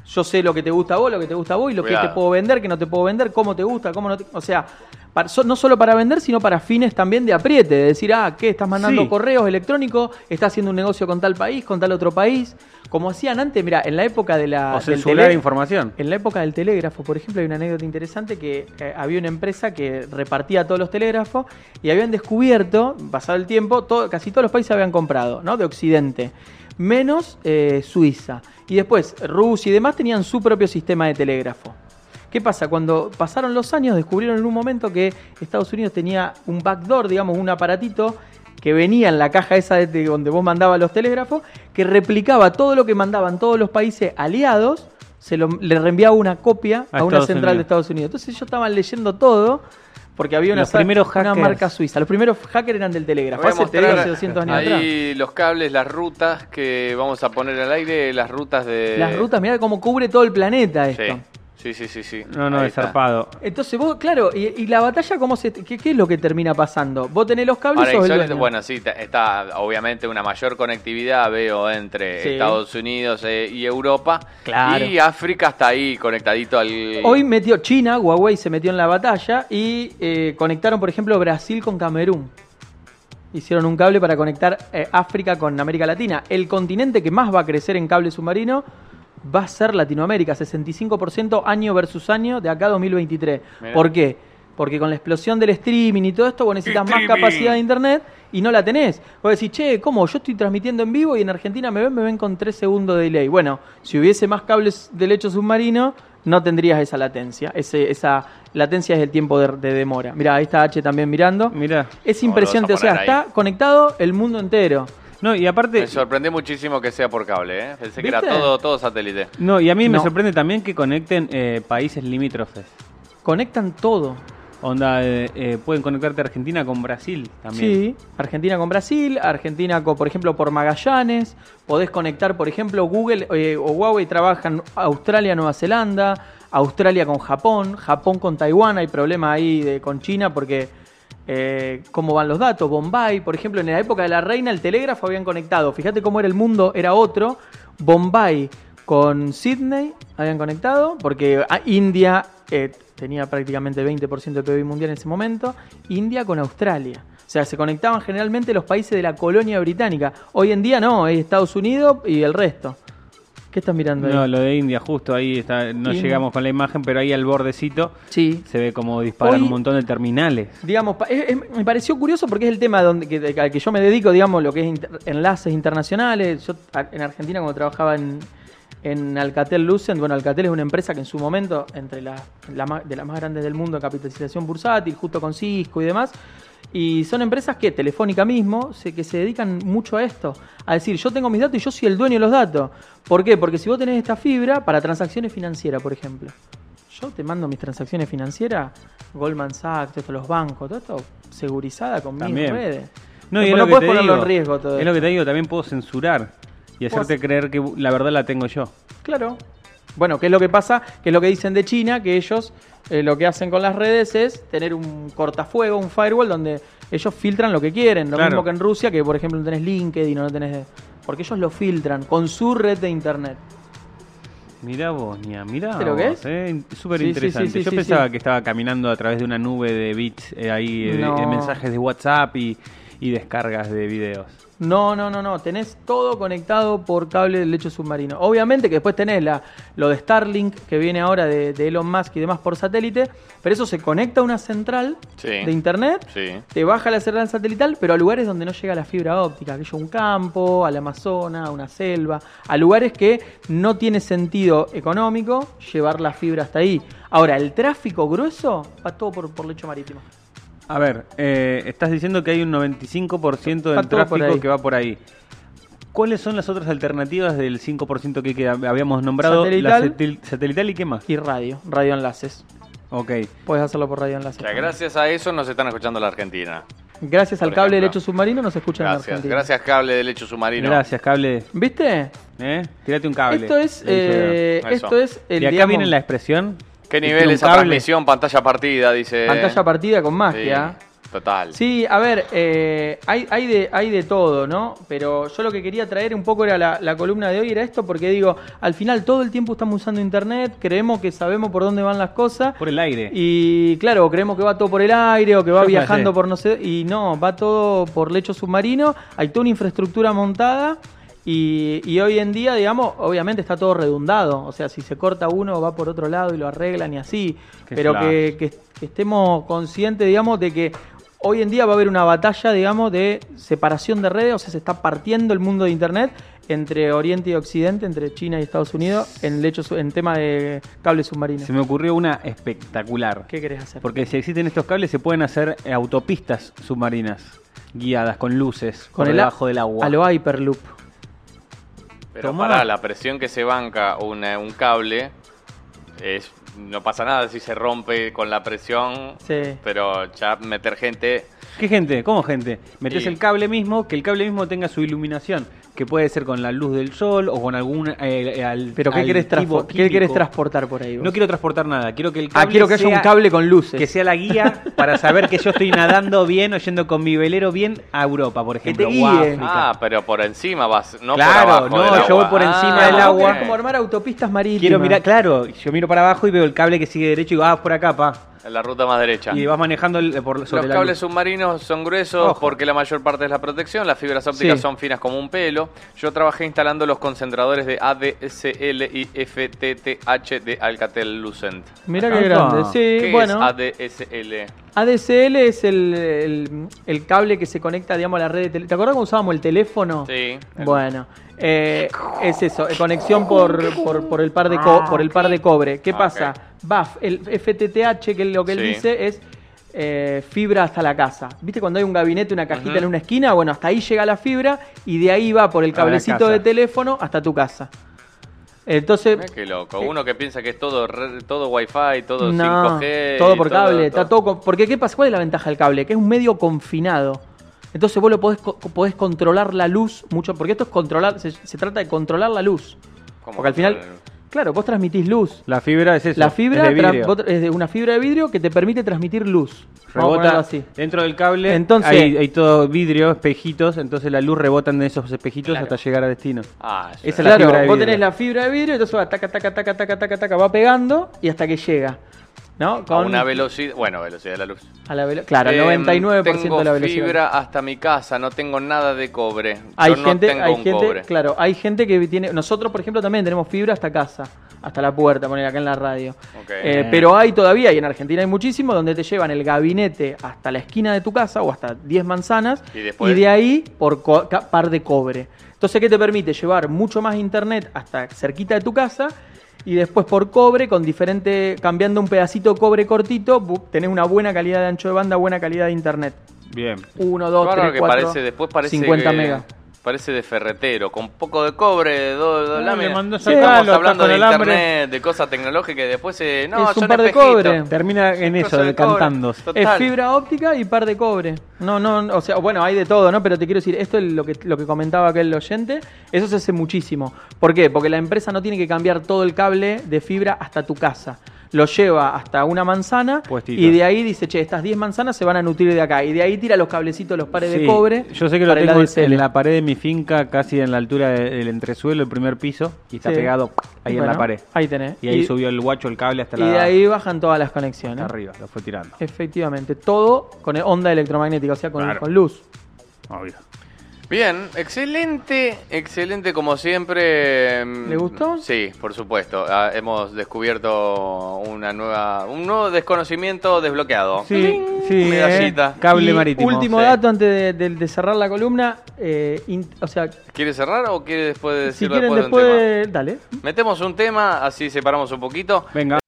[SPEAKER 2] Yo sé lo que te gusta a vos, lo que te gusta a vos y lo
[SPEAKER 1] Cuidado.
[SPEAKER 2] que te puedo vender, que no te puedo vender, cómo te gusta, cómo no te... O sea, para- so- no solo para vender, sino para fines también de apriete, de decir, ah, ¿qué? Estás mandando
[SPEAKER 3] Sí.
[SPEAKER 2] correos electrónicos, estás haciendo un negocio con tal país, con tal otro país. Como hacían antes, mira, en la época de la...
[SPEAKER 3] O
[SPEAKER 2] del
[SPEAKER 3] censurar
[SPEAKER 2] tele-
[SPEAKER 3] información.
[SPEAKER 2] en la época del telégrafo, por ejemplo, hay una anécdota interesante que eh, había una empresa que repartía todos los telégrafos y habían descubierto, pasado el tiempo, todo- casi todos los países habían comprado, ¿no? De Occidente, menos eh, Suiza. Y después Rusia y demás tenían su propio sistema de telégrafo. ¿Qué pasa? Cuando pasaron los años descubrieron en un momento que Estados Unidos tenía un backdoor, digamos, un aparatito que venía en la caja esa de- de donde vos mandabas los telégrafos, que replicaba todo lo que mandaban todos los países aliados, se lo- le reenviaba una copia a,
[SPEAKER 3] A
[SPEAKER 2] una
[SPEAKER 3] Estados
[SPEAKER 2] central de
[SPEAKER 3] Unidos.
[SPEAKER 2] Estados Unidos. Entonces ellos estaban leyendo todo porque había una,
[SPEAKER 3] Los
[SPEAKER 2] sa-
[SPEAKER 3] primeros
[SPEAKER 2] una
[SPEAKER 3] hackers.
[SPEAKER 2] marca suiza. Los primeros hackers eran del telégrafo.
[SPEAKER 1] Voy a
[SPEAKER 2] Hace, te digo,
[SPEAKER 1] mostrar
[SPEAKER 2] hace 200 años atrás.
[SPEAKER 1] ahí los cables, las rutas que vamos a poner al aire, las rutas de...
[SPEAKER 2] Las rutas, mirá cómo cubre todo el planeta esto.
[SPEAKER 1] eh, Sí, sí, sí, sí. sí.
[SPEAKER 3] No, no,
[SPEAKER 1] Ahí
[SPEAKER 3] es
[SPEAKER 1] está.
[SPEAKER 3] zarpado.
[SPEAKER 2] Entonces vos, claro, y, y la batalla, cómo se, qué, qué es lo que termina pasando? Vos tenés los cables
[SPEAKER 1] Ahora,
[SPEAKER 2] sos el
[SPEAKER 1] insólito,
[SPEAKER 2] dueño.
[SPEAKER 1] bueno, sí, ta- está obviamente una mayor conectividad, veo, entre
[SPEAKER 2] Sí.
[SPEAKER 1] Estados Unidos eh, y Europa.
[SPEAKER 2] Claro.
[SPEAKER 1] Y África está ahí conectadito al...
[SPEAKER 2] Hoy metió China, Huawei se metió en la batalla y eh, conectaron, por ejemplo, Brasil con Camerún. Hicieron un cable para conectar eh, África con América Latina. El continente que más va a crecer en cable submarino va a ser Latinoamérica, 65% año versus año de acá a 2023.
[SPEAKER 1] Mirá.
[SPEAKER 2] ¿Por qué? Porque con la explosión del streaming y todo esto, vos necesitas más capacidad de internet y no la tenés. Vos decís, che, ¿cómo? Yo estoy transmitiendo en vivo y en Argentina me ven, me ven con 3 segundos de delay. Bueno, si hubiese más cables de lecho submarino, no tendrías esa latencia. Ese- esa latencia es el tiempo de, de demora. Mirá, ahí está H también mirando.
[SPEAKER 3] Mirá.
[SPEAKER 1] No,
[SPEAKER 2] Es
[SPEAKER 1] lo vas a
[SPEAKER 2] impresionante, o sea,
[SPEAKER 1] poner ahí.
[SPEAKER 2] está conectado el mundo entero.
[SPEAKER 3] No, y aparte.
[SPEAKER 1] Me sorprende muchísimo que sea por cable, ¿eh? Pensé que
[SPEAKER 2] ¿Viste?
[SPEAKER 1] era todo, todo satélite.
[SPEAKER 3] No, y a mí me
[SPEAKER 2] No.
[SPEAKER 3] sorprende también que conecten eh, países limítrofes.
[SPEAKER 2] Conectan todo.
[SPEAKER 3] Onda, eh, eh, pueden conectarte Argentina con Brasil también.
[SPEAKER 2] Sí, Argentina con Brasil, Argentina, con, por ejemplo, por Magallanes. Podés conectar, por ejemplo, Google eh, o Huawei trabajan Australia, Nueva Zelanda, Australia con Japón, Japón con Taiwán. Hay problema ahí de, con China porque eh, cómo van los datos. Bombay, por ejemplo, en la época de la reina, el telégrafo habían conectado. Fíjate cómo era el mundo, era otro. Bombay con Sydney habían conectado porque ah, India. eh, tenía prácticamente 20% de PIB mundial en ese momento, India con Australia. O sea, se conectaban generalmente los países de la colonia británica. Hoy en día no, es Estados Unidos y el resto. ¿Qué estás mirando ahí?
[SPEAKER 3] No, lo de India, justo ahí está. No
[SPEAKER 2] India.
[SPEAKER 3] llegamos con la imagen, pero ahí al bordecito
[SPEAKER 2] Sí.
[SPEAKER 3] se ve como disparan
[SPEAKER 2] Hoy-
[SPEAKER 3] un montón de terminales.
[SPEAKER 2] Digamos, pa- es- es- me pareció curioso porque es el tema donde, que, al que yo me dedico, digamos, lo que es inter- enlaces internacionales. Yo a- en Argentina cuando trabajaba en, en Alcatel Lucent, bueno, Alcatel es una empresa que en su momento, entre las la ma- de las más grandes del mundo en capitalización bursátil, justo con Cisco y demás, y son empresas que, Telefónica mismo, se, que se dedican mucho a esto, a decir, yo tengo mis datos y yo soy el dueño de los datos. ¿Por qué? Porque si vos tenés esta fibra para transacciones financieras, por ejemplo. Yo te mando mis transacciones financieras, Goldman Sachs, todo esto, los bancos, todo esto segurizada con mis
[SPEAKER 3] También.
[SPEAKER 2] redes.
[SPEAKER 3] No, y
[SPEAKER 2] Tipo,
[SPEAKER 3] es lo que
[SPEAKER 2] podés
[SPEAKER 3] te
[SPEAKER 2] ponerlo
[SPEAKER 3] digo.
[SPEAKER 2] en riesgo todo
[SPEAKER 3] Es
[SPEAKER 2] esto.
[SPEAKER 3] lo que te digo, también puedo censurar y
[SPEAKER 2] Puedo
[SPEAKER 3] hacerte creer que la verdad la tengo yo.
[SPEAKER 2] Claro. Bueno, ¿qué es lo que pasa? Que es lo que dicen de China, que ellos eh, lo que hacen con las redes es tener un cortafuego, un firewall, donde ellos filtran lo que quieren. Lo
[SPEAKER 3] Claro.
[SPEAKER 2] mismo que en Rusia, que por ejemplo no tenés LinkedIn o no tenés... Porque ellos lo filtran con su red de internet.
[SPEAKER 3] Mirá Bosnia, mirá.
[SPEAKER 2] ¿Viste lo que
[SPEAKER 3] vos,
[SPEAKER 2] es?
[SPEAKER 3] eh, Súper
[SPEAKER 2] Sí, sí,
[SPEAKER 3] interesante.
[SPEAKER 2] sí, sí,
[SPEAKER 3] Yo
[SPEAKER 2] sí,
[SPEAKER 3] pensaba
[SPEAKER 2] sí.
[SPEAKER 3] que estaba caminando a través de una nube de bits eh, ahí, eh, de- de,
[SPEAKER 2] No.
[SPEAKER 3] mensajes de WhatsApp y, y descargas de videos.
[SPEAKER 2] No, no, no, no. Tenés todo conectado por cable de lecho submarino. Obviamente que después tenés la, lo de Starlink que viene ahora de, de Elon Musk y demás por satélite, pero eso se conecta a una central
[SPEAKER 1] Sí.
[SPEAKER 2] de internet,
[SPEAKER 1] Sí.
[SPEAKER 2] te baja la central satelital, pero a lugares donde no llega la fibra óptica, aquello a un campo, al Amazonas, a una selva, a lugares que no tiene sentido económico llevar la fibra hasta ahí. Ahora, el tráfico grueso va todo por, por lecho marítimo.
[SPEAKER 3] A ver, eh, estás diciendo que hay un 95% del
[SPEAKER 2] Está todo por ahí.
[SPEAKER 3] tráfico que va por ahí. ¿Cuáles son las otras alternativas del 5% que, que habíamos nombrado? La
[SPEAKER 2] Satelital.
[SPEAKER 3] satel- satelital y qué más.
[SPEAKER 2] Y radio, radioenlaces.
[SPEAKER 3] Ok.
[SPEAKER 2] Puedes hacerlo por radioenlaces.
[SPEAKER 1] O sea, gracias a eso nos están escuchando en la Argentina.
[SPEAKER 2] Gracias al
[SPEAKER 1] Por
[SPEAKER 2] cable de
[SPEAKER 1] ejemplo.
[SPEAKER 2] lecho submarino nos escuchan en
[SPEAKER 1] Gracias.
[SPEAKER 2] Argentina.
[SPEAKER 1] Gracias, cable de lecho submarino.
[SPEAKER 3] Gracias, cable.
[SPEAKER 2] ¿Viste?
[SPEAKER 3] ¿Eh? Tírate un cable.
[SPEAKER 2] Esto es,
[SPEAKER 3] Le dije.
[SPEAKER 2] eh,
[SPEAKER 1] Eso.
[SPEAKER 2] esto es el
[SPEAKER 3] y acá
[SPEAKER 2] digamos,
[SPEAKER 3] viene la expresión.
[SPEAKER 1] ¿Qué
[SPEAKER 3] Viste
[SPEAKER 1] nivel
[SPEAKER 3] Este, un
[SPEAKER 1] esa
[SPEAKER 3] cable.
[SPEAKER 1] transmisión? Pantalla partida, dice.
[SPEAKER 2] pantalla partida con magia.
[SPEAKER 1] Total.
[SPEAKER 2] Sí, a ver, eh, hay, hay, de, hay de todo, ¿no? Pero yo lo que quería traer un poco era la, la columna de hoy, era esto, porque digo, al final todo el tiempo estamos usando Internet, creemos que sabemos por dónde van las cosas.
[SPEAKER 3] Por el aire.
[SPEAKER 2] Y claro, o creemos que va todo por el aire o que va
[SPEAKER 3] Yo
[SPEAKER 2] viajando
[SPEAKER 3] flashé.
[SPEAKER 2] por no sé. Y no, va todo por lecho submarino. Hay toda una infraestructura montada. Y, y hoy en día, digamos, obviamente está todo redundado. O sea, si se corta uno, va por otro lado y lo arreglan y así.
[SPEAKER 3] Qué
[SPEAKER 2] Pero
[SPEAKER 3] flash.
[SPEAKER 2] que, que- que estemos conscientes, digamos, de que hoy en día va a haber una batalla, digamos, de separación de redes. O sea, se está partiendo el mundo de Internet entre Oriente y Occidente, entre China y Estados Unidos, en, lecho, su- en tema de cable submarino.
[SPEAKER 3] Se me ocurrió una espectacular.
[SPEAKER 2] ¿Qué querés hacer?
[SPEAKER 3] Porque si existen estos cables se pueden hacer eh, autopistas submarinas guiadas con luces con
[SPEAKER 2] el
[SPEAKER 3] debajo del agua.
[SPEAKER 2] A lo Hyperloop.
[SPEAKER 1] Pero
[SPEAKER 3] Tomá.
[SPEAKER 1] para la presión que se banca una- un cable, es, no pasa nada si se rompe con la presión.
[SPEAKER 2] Sí.
[SPEAKER 1] Pero ya meter gente.
[SPEAKER 3] ¿Qué gente? ¿Cómo gente? Metes
[SPEAKER 1] Y-
[SPEAKER 3] el cable mismo, que el cable mismo tenga su iluminación, que puede ser con la luz del sol o con algún eh, eh, al-
[SPEAKER 2] Pero ¿qué querés,
[SPEAKER 3] altivo
[SPEAKER 2] transpo- ¿qué querés
[SPEAKER 3] químico.
[SPEAKER 2] transportar por ahí? vos?
[SPEAKER 3] No quiero transportar nada, quiero que el cable
[SPEAKER 2] ah, quiero que haya un
[SPEAKER 3] sea-
[SPEAKER 2] cable con luces.
[SPEAKER 3] que sea la guía para saber que yo estoy nadando bien o yendo con mi velero bien a Europa, por
[SPEAKER 2] Que
[SPEAKER 3] ejemplo.
[SPEAKER 2] te
[SPEAKER 3] o a
[SPEAKER 2] guíe.
[SPEAKER 3] África.
[SPEAKER 1] Ah, pero por encima vas, no
[SPEAKER 3] Claro,
[SPEAKER 1] por abajo.
[SPEAKER 3] no,
[SPEAKER 1] del
[SPEAKER 3] yo voy
[SPEAKER 1] agua.
[SPEAKER 3] por encima
[SPEAKER 1] Ah,
[SPEAKER 3] del
[SPEAKER 1] ok.
[SPEAKER 2] vos
[SPEAKER 3] agua.
[SPEAKER 2] querés como armar autopistas marítimas.
[SPEAKER 3] Quiero mirar, claro, yo miro para abajo y veo el cable que sigue derecho y digo, ah, por acá, pa.
[SPEAKER 1] En la ruta más derecha.
[SPEAKER 3] Y vas manejando el- por, sobre
[SPEAKER 1] Los
[SPEAKER 3] la
[SPEAKER 1] cables
[SPEAKER 3] luz.
[SPEAKER 1] submarinos son gruesos
[SPEAKER 3] Ojo.
[SPEAKER 1] porque la mayor parte es la protección, las fibras ópticas
[SPEAKER 3] Sí.
[SPEAKER 1] son finas como un pelo. Yo trabajé instalando los concentradores de ADSL y FTTH de Alcatel Lucent.
[SPEAKER 2] Mira
[SPEAKER 3] Ajá.
[SPEAKER 2] qué grande. Sí,
[SPEAKER 1] ¿Qué
[SPEAKER 2] bueno.
[SPEAKER 1] es ADSL?
[SPEAKER 2] ADSL es el, el- el cable que se conecta, digamos, a la red de tele- ¿Te acordás cuando usábamos el teléfono?
[SPEAKER 1] Sí.
[SPEAKER 2] Bueno, eh, es eso, eh, conexión por, por, por el par de co- por el par de cobre. ¿Qué
[SPEAKER 1] Ah,
[SPEAKER 2] pasa? BAF, el FTTH, que es lo que él
[SPEAKER 1] Sí.
[SPEAKER 2] dice es eh, fibra hasta la casa. ¿Viste cuando hay un gabinete, una cajita en una esquina? Bueno, hasta ahí llega la fibra y de ahí va por el
[SPEAKER 3] A la
[SPEAKER 2] cablecito
[SPEAKER 3] casa.
[SPEAKER 2] de teléfono hasta tu casa. Entonces,
[SPEAKER 1] Mirá Qué loco. Uno que piensa que es todo re- todo wifi, todo
[SPEAKER 2] no,
[SPEAKER 1] 5G.
[SPEAKER 2] todo
[SPEAKER 1] y
[SPEAKER 2] por cable, está todo con- porque qué pasa, ¿cuál es la ventaja del cable? Que es un medio confinado. Entonces vos lo podés, co- podés controlar la luz mucho, porque esto es controlar, se, se trata de controlar la luz.
[SPEAKER 1] ¿Cómo
[SPEAKER 2] Porque al final,
[SPEAKER 1] controlar la luz?
[SPEAKER 2] claro, vos transmitís luz.
[SPEAKER 3] La fibra es eso.
[SPEAKER 2] La fibra
[SPEAKER 3] es de
[SPEAKER 2] tra-
[SPEAKER 3] vidrio.
[SPEAKER 2] vos tra- es de una fibra de vidrio que te permite transmitir luz. Vamos a
[SPEAKER 3] rebota
[SPEAKER 2] ponerlo así.
[SPEAKER 3] dentro del cable.
[SPEAKER 2] Entonces-
[SPEAKER 3] hay, hay todo vidrio, espejitos, entonces la luz rebota en esos espejitos hasta llegar a destino.
[SPEAKER 1] Ah,
[SPEAKER 3] Esa es
[SPEAKER 1] sí.
[SPEAKER 3] la
[SPEAKER 2] claro,
[SPEAKER 3] fibra de
[SPEAKER 2] vos
[SPEAKER 3] vidrio.
[SPEAKER 2] tenés la fibra de vidrio, entonces va taca, taca, taca, taca, taca, taca, va pegando y hasta que llega. ¿No?
[SPEAKER 1] A una velocidad. Bueno, velocidad de la luz.
[SPEAKER 2] a la velo- Claro,
[SPEAKER 1] Eh,
[SPEAKER 2] 99% de la
[SPEAKER 1] Tengo
[SPEAKER 2] velocidad.
[SPEAKER 1] fibra hasta mi casa, no tengo nada de cobre. Yo
[SPEAKER 2] Hay
[SPEAKER 1] no
[SPEAKER 2] gente,
[SPEAKER 1] tengo
[SPEAKER 2] hay
[SPEAKER 1] un
[SPEAKER 2] gente,
[SPEAKER 1] cobre.
[SPEAKER 2] claro, hay gente que tiene, nosotros por ejemplo también tenemos fibra hasta casa, hasta la puerta, poner acá en la radio.
[SPEAKER 1] Ok.
[SPEAKER 2] Eh, pero hay todavía, y en Argentina hay muchísimo, donde te llevan el gabinete hasta la esquina de tu casa o hasta 10 manzanas
[SPEAKER 1] Y después-
[SPEAKER 2] de ahí por co- ca- par de cobre. Entonces, ¿qué te permite? Llevar mucho más internet hasta cerquita de tu casa y después por cobre, con diferente, cambiando un pedacito de cobre cortito, bu- tenés una buena calidad de ancho de banda, buena calidad de internet.
[SPEAKER 3] Bien.
[SPEAKER 2] 1, 2,
[SPEAKER 1] Bárbaro
[SPEAKER 2] 3,
[SPEAKER 1] que
[SPEAKER 2] 4,
[SPEAKER 1] parece, después parece
[SPEAKER 2] 50
[SPEAKER 1] que-
[SPEAKER 2] megas.
[SPEAKER 1] Parece de ferretero, con poco de cobre, dos do
[SPEAKER 2] Ah,
[SPEAKER 3] No,
[SPEAKER 1] láminas.
[SPEAKER 3] le mandó
[SPEAKER 1] Sí,
[SPEAKER 3] sacar
[SPEAKER 1] estamos
[SPEAKER 3] los
[SPEAKER 1] hablando
[SPEAKER 3] tacos
[SPEAKER 1] de
[SPEAKER 3] al alambre.
[SPEAKER 1] internet, de cosas tecnológicas, y después eh, no,
[SPEAKER 2] Es un
[SPEAKER 1] son
[SPEAKER 2] par de
[SPEAKER 1] espejitos.
[SPEAKER 2] cobre.
[SPEAKER 3] Termina en
[SPEAKER 1] Cosa
[SPEAKER 3] eso,
[SPEAKER 1] de cobre.
[SPEAKER 3] cantando.
[SPEAKER 1] Total.
[SPEAKER 2] Es fibra óptica y par de cobre. No, no, o sea, bueno, hay de todo, ¿no? Pero te quiero decir, esto es lo que, lo que comentaba aquel oyente, eso se hace muchísimo. ¿Por qué? Porque la empresa no tiene que cambiar todo el cable de fibra hasta tu casa. Lo lleva hasta una manzana
[SPEAKER 3] Puestito.
[SPEAKER 2] y de ahí dice, che, estas 10 manzanas se van a nutrir de acá. Y de ahí tira los cablecitos, los pares
[SPEAKER 3] Sí,
[SPEAKER 2] de cobre.
[SPEAKER 3] Yo sé que lo
[SPEAKER 2] para el
[SPEAKER 3] tengo
[SPEAKER 2] ADSL.
[SPEAKER 3] en la pared de mi finca, casi en la altura de- del entresuelo, el primer piso, y está
[SPEAKER 2] Sí.
[SPEAKER 3] pegado ahí en
[SPEAKER 2] Bueno,
[SPEAKER 3] la pared.
[SPEAKER 2] Ahí tenés.
[SPEAKER 3] Y ahí
[SPEAKER 2] Y-
[SPEAKER 3] subió el guacho el cable hasta
[SPEAKER 2] y
[SPEAKER 3] la
[SPEAKER 2] de ahí bajan todas las conexiones.
[SPEAKER 3] hasta arriba, lo fue tirando.
[SPEAKER 2] Efectivamente, todo con onda electromagnética, o sea, con,
[SPEAKER 3] Claro.
[SPEAKER 2] con luz.
[SPEAKER 3] Obvio.
[SPEAKER 1] Bien, excelente, excelente como siempre. mm,
[SPEAKER 2] ¿Le gustó?
[SPEAKER 1] Sí, por supuesto. Ah, hemos descubierto una nueva, un nuevo desconocimiento desbloqueado.
[SPEAKER 3] Sí, sí.
[SPEAKER 1] Medallita.
[SPEAKER 3] eh, Cable
[SPEAKER 2] Y
[SPEAKER 3] marítimo.
[SPEAKER 2] Último
[SPEAKER 1] sí.
[SPEAKER 2] dato antes de, de- de cerrar la columna. eh, in- o sea,
[SPEAKER 1] ¿Quiere cerrar o quiere después decirlo
[SPEAKER 2] si quieren
[SPEAKER 1] después de un
[SPEAKER 2] después,
[SPEAKER 1] tema?
[SPEAKER 2] dale.
[SPEAKER 1] Metemos un tema, así separamos un poquito.
[SPEAKER 3] Venga.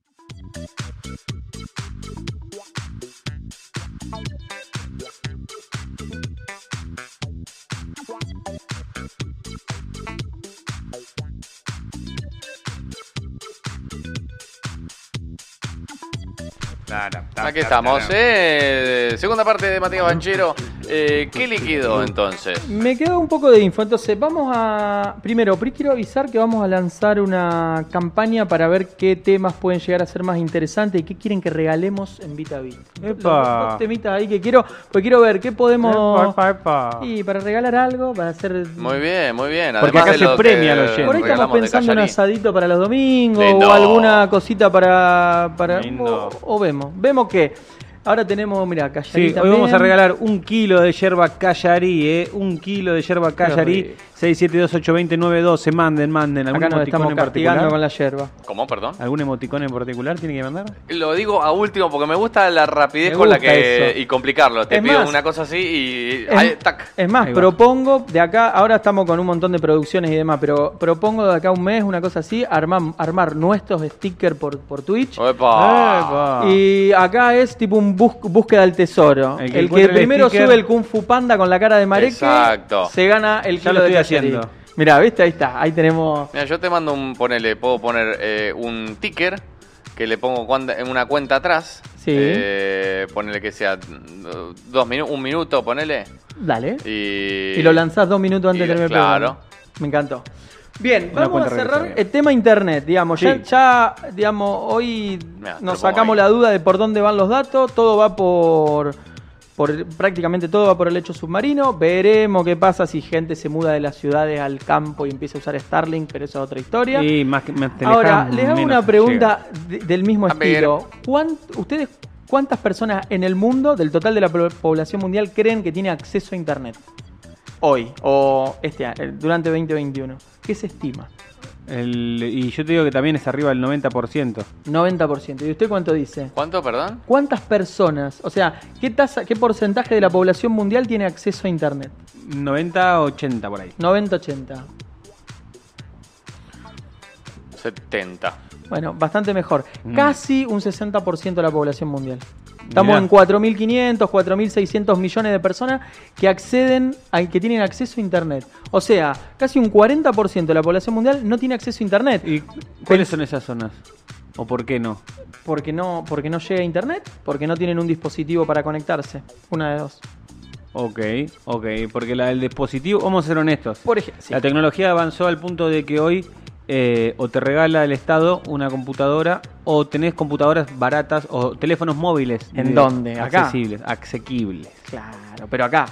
[SPEAKER 1] Aquí estamos, eh, segunda parte de Matías Banchero. Eh, ¿Qué le quedó entonces?
[SPEAKER 2] Me quedó un poco de info, entonces vamos a... Primero, pri- quiero avisar que vamos a lanzar una campaña para ver qué temas pueden llegar a ser más interesantes y qué quieren que regalemos en VitaVit. Los
[SPEAKER 3] Epa.
[SPEAKER 2] dos temitas ahí que quiero, pues quiero ver qué podemos...
[SPEAKER 3] Epa, epa, epa.
[SPEAKER 2] Y para regalar algo, para hacer...
[SPEAKER 1] Muy bien, muy bien.
[SPEAKER 3] Porque
[SPEAKER 1] Además
[SPEAKER 3] acá
[SPEAKER 1] de
[SPEAKER 3] se
[SPEAKER 1] lo
[SPEAKER 3] premia
[SPEAKER 1] que
[SPEAKER 3] al oyente.
[SPEAKER 2] Por ahí estamos
[SPEAKER 1] regalamos de
[SPEAKER 2] pensando en un
[SPEAKER 1] Callarí.
[SPEAKER 2] asadito para los domingos
[SPEAKER 1] Lindo.
[SPEAKER 2] o alguna cosita para... para
[SPEAKER 3] Lindo.
[SPEAKER 2] o, o vemos, vemos que... Ahora tenemos, mira,
[SPEAKER 3] Sí, hoy vamos a regalar un kilo de yerba callarí, ¿eh? Un kilo de yerba callarí.
[SPEAKER 2] rico.
[SPEAKER 3] 672-820-912. Manden, manden. ¿Algún
[SPEAKER 2] Acá nos
[SPEAKER 3] emoticón
[SPEAKER 2] estamos
[SPEAKER 3] en
[SPEAKER 2] castigando
[SPEAKER 3] particular?
[SPEAKER 2] con la yerba.
[SPEAKER 1] ¿Cómo, perdón?
[SPEAKER 3] ¿Algún emoticón en particular tiene que mandar?
[SPEAKER 1] Lo digo a último porque me gusta la rapidez
[SPEAKER 3] Me
[SPEAKER 1] con la
[SPEAKER 3] gusta
[SPEAKER 1] que.
[SPEAKER 3] eso.
[SPEAKER 1] y complicarlo. Te
[SPEAKER 2] Es
[SPEAKER 1] pido
[SPEAKER 2] más,
[SPEAKER 1] una cosa así y.
[SPEAKER 2] Es,
[SPEAKER 1] ahí, tac.
[SPEAKER 2] es más,
[SPEAKER 3] Ahí va.
[SPEAKER 2] propongo de acá, ahora estamos con un montón de producciones y demás, pero propongo de acá a un mes, una cosa así, armar, armar nuestros stickers por, por Twitch.
[SPEAKER 1] Opa.
[SPEAKER 2] Ah. Y acá es tipo un bus- búsqueda del tesoro.
[SPEAKER 3] El
[SPEAKER 2] El
[SPEAKER 3] que
[SPEAKER 2] que,
[SPEAKER 3] encuentre el
[SPEAKER 2] primero
[SPEAKER 3] sticker-
[SPEAKER 2] sube el Kung Fu Panda con la cara de Mareque
[SPEAKER 1] Exacto.
[SPEAKER 2] se gana el
[SPEAKER 3] Ya
[SPEAKER 2] kilo
[SPEAKER 3] lo
[SPEAKER 2] de
[SPEAKER 3] estoy
[SPEAKER 2] cacería.
[SPEAKER 3] haciendo.
[SPEAKER 2] Mirá, ¿viste? Ahí está, ahí tenemos.
[SPEAKER 1] Mira, yo te mando un. ponele, puedo poner eh, un ticker que le pongo cuanda- en una cuenta atrás.
[SPEAKER 2] Sí.
[SPEAKER 1] Eh, ponele que sea mm, dos minutos, un minuto, ponele.
[SPEAKER 2] Dale.
[SPEAKER 1] Y.
[SPEAKER 2] Y lo lanzás dos minutos antes
[SPEAKER 1] y-
[SPEAKER 2] de terminar el
[SPEAKER 1] claro.
[SPEAKER 2] programa. Me encantó. Bien,
[SPEAKER 3] Una
[SPEAKER 2] vamos
[SPEAKER 3] cuenta
[SPEAKER 2] a cerrar
[SPEAKER 3] regresiva.
[SPEAKER 2] el tema internet, digamos.
[SPEAKER 3] Sí.
[SPEAKER 2] Ya, ya, digamos, hoy
[SPEAKER 1] Mirá, te lo
[SPEAKER 2] nos
[SPEAKER 1] pongo
[SPEAKER 2] sacamos
[SPEAKER 1] ahí.
[SPEAKER 2] la duda de por dónde van los datos. Todo va por, por. Prácticamente todo va por el hecho submarino. Veremos qué pasa si gente se muda de las ciudades al campo y empieza a usar Starlink, pero esa es otra historia.
[SPEAKER 3] Y más que más te
[SPEAKER 2] Ahora,
[SPEAKER 3] alejas,
[SPEAKER 2] les hago
[SPEAKER 3] menos
[SPEAKER 2] una
[SPEAKER 3] te
[SPEAKER 2] pregunta de- del mismo
[SPEAKER 1] A ver.
[SPEAKER 2] estilo. ¿Cuán- ¿Ustedes cuántas personas en el mundo, del total de la pro- población mundial, creen que tiene acceso a Internet? Hoy o este a- eh, durante 2021. ¿Qué se estima?
[SPEAKER 3] llega. El- y yo te digo que también es arriba del 90%.
[SPEAKER 2] 90%. ¿Y usted cuánto dice?
[SPEAKER 1] ¿Cuánto, perdón?
[SPEAKER 2] ¿Cuántas personas, o sea, qué tasa, qué porcentaje de la población mundial tiene acceso a internet?
[SPEAKER 3] 90-80 por ahí.
[SPEAKER 2] 90-80.
[SPEAKER 1] 70.
[SPEAKER 2] Bueno, bastante mejor.
[SPEAKER 3] Mm.
[SPEAKER 2] Casi un 60% de la población mundial. Estamos
[SPEAKER 3] Mirá.
[SPEAKER 2] en 4.500, 4.600 millones de personas que acceden, a, que tienen acceso a Internet. O sea, casi un 40% de la población mundial no tiene acceso a Internet.
[SPEAKER 3] ¿Y cuáles son esas zonas? ¿O por qué no?
[SPEAKER 2] Porque no, porque no llega a Internet, porque no tienen un dispositivo para conectarse. Una de dos.
[SPEAKER 3] Ok, ok, porque la del dispositivo, vamos a ser honestos.
[SPEAKER 2] Por ejemplo,
[SPEAKER 3] La tecnología avanzó al punto de que hoy eh, o te regala el Estado una computadora o tenés computadoras baratas o teléfonos móviles.
[SPEAKER 2] ¿En
[SPEAKER 3] de-
[SPEAKER 2] dónde? ¿Acá?
[SPEAKER 3] Accesibles, asequibles.
[SPEAKER 2] claro, pero acá.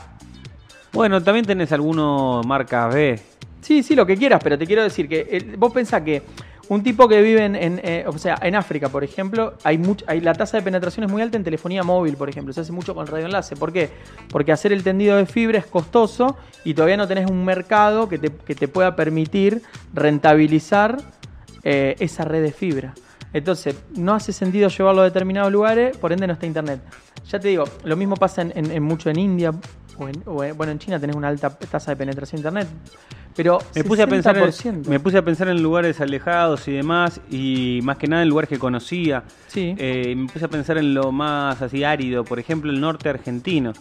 [SPEAKER 3] Bueno, también tenés algunos marcas B.
[SPEAKER 2] Sí, sí, lo que quieras, pero te quiero decir que eh, vos pensás que un tipo que vive en, en, eh, o sea, en África, por ejemplo, hay much- hay, la tasa de penetración es muy alta en telefonía móvil, por ejemplo, se hace mucho con radioenlace. ¿Por qué? Porque hacer el tendido de fibra es costoso y todavía no tenés un mercado que te, que te pueda permitir rentabilizar eh, esa red de fibra. Entonces, no hace sentido llevarlo a determinados lugares, por ende no está internet. Ya te digo, lo mismo pasa en, en- en mucho en India, o en- o en- bueno, en China tenés una alta tasa de penetración de internet, pero
[SPEAKER 3] Me puse, a pensar en,
[SPEAKER 2] 60%.
[SPEAKER 3] me puse a pensar en lugares alejados y demás, y más que nada en lugares que conocía.
[SPEAKER 2] Sí.
[SPEAKER 3] Eh, me puse a pensar en lo más así árido, por ejemplo, el norte argentino.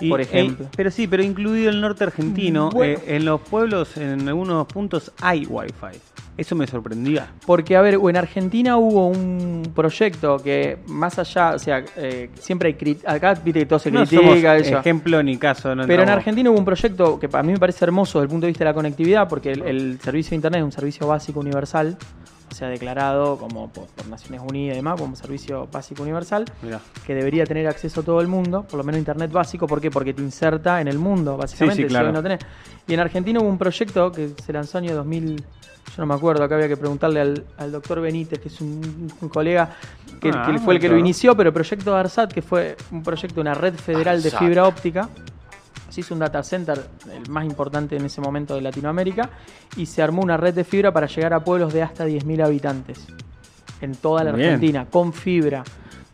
[SPEAKER 3] Y-
[SPEAKER 2] Por ejemplo. Mm,
[SPEAKER 3] eh, pero sí, pero incluido el norte argentino,
[SPEAKER 2] Bueno.
[SPEAKER 3] eh, en los pueblos, en algunos puntos, hay wifi. Eso me sorprendía.
[SPEAKER 2] Porque, a ver, en Argentina hubo un proyecto que más allá, o sea, eh, siempre hay crit- acá viste que todo se
[SPEAKER 3] No somos
[SPEAKER 2] critica, eso.
[SPEAKER 3] ejemplo ni caso. no
[SPEAKER 2] Pero en
[SPEAKER 3] entramos.
[SPEAKER 2] Argentina hubo un proyecto que para mí me parece hermoso desde el punto de vista de la conectividad, porque el, el servicio de Internet es un servicio básico universal, o sea, declarado como por, por Naciones Unidas y demás, como servicio básico universal,
[SPEAKER 3] Mirá.
[SPEAKER 2] que debería tener acceso todo el mundo, por lo menos Internet básico, ¿por qué? Porque te inserta en el mundo, básicamente,
[SPEAKER 3] Sí, sí,
[SPEAKER 2] si
[SPEAKER 3] claro.
[SPEAKER 2] hoy no tenés. Y en Argentina hubo un proyecto que se lanzó en el año 2000, yo no me acuerdo, acá había que preguntarle al, al doctor Benítez, que es un, un colega que,
[SPEAKER 3] Ah,
[SPEAKER 2] que fue el que
[SPEAKER 3] claro.
[SPEAKER 2] lo inició, pero el proyecto ARSAT, que fue un proyecto, una red federal
[SPEAKER 1] ARSAT.
[SPEAKER 2] de fibra óptica, se hizo un data center, el más importante en ese momento de Latinoamérica, y se armó una red de fibra para llegar a pueblos de hasta 10.000 habitantes en toda la
[SPEAKER 3] Bien.
[SPEAKER 2] Argentina, con fibra.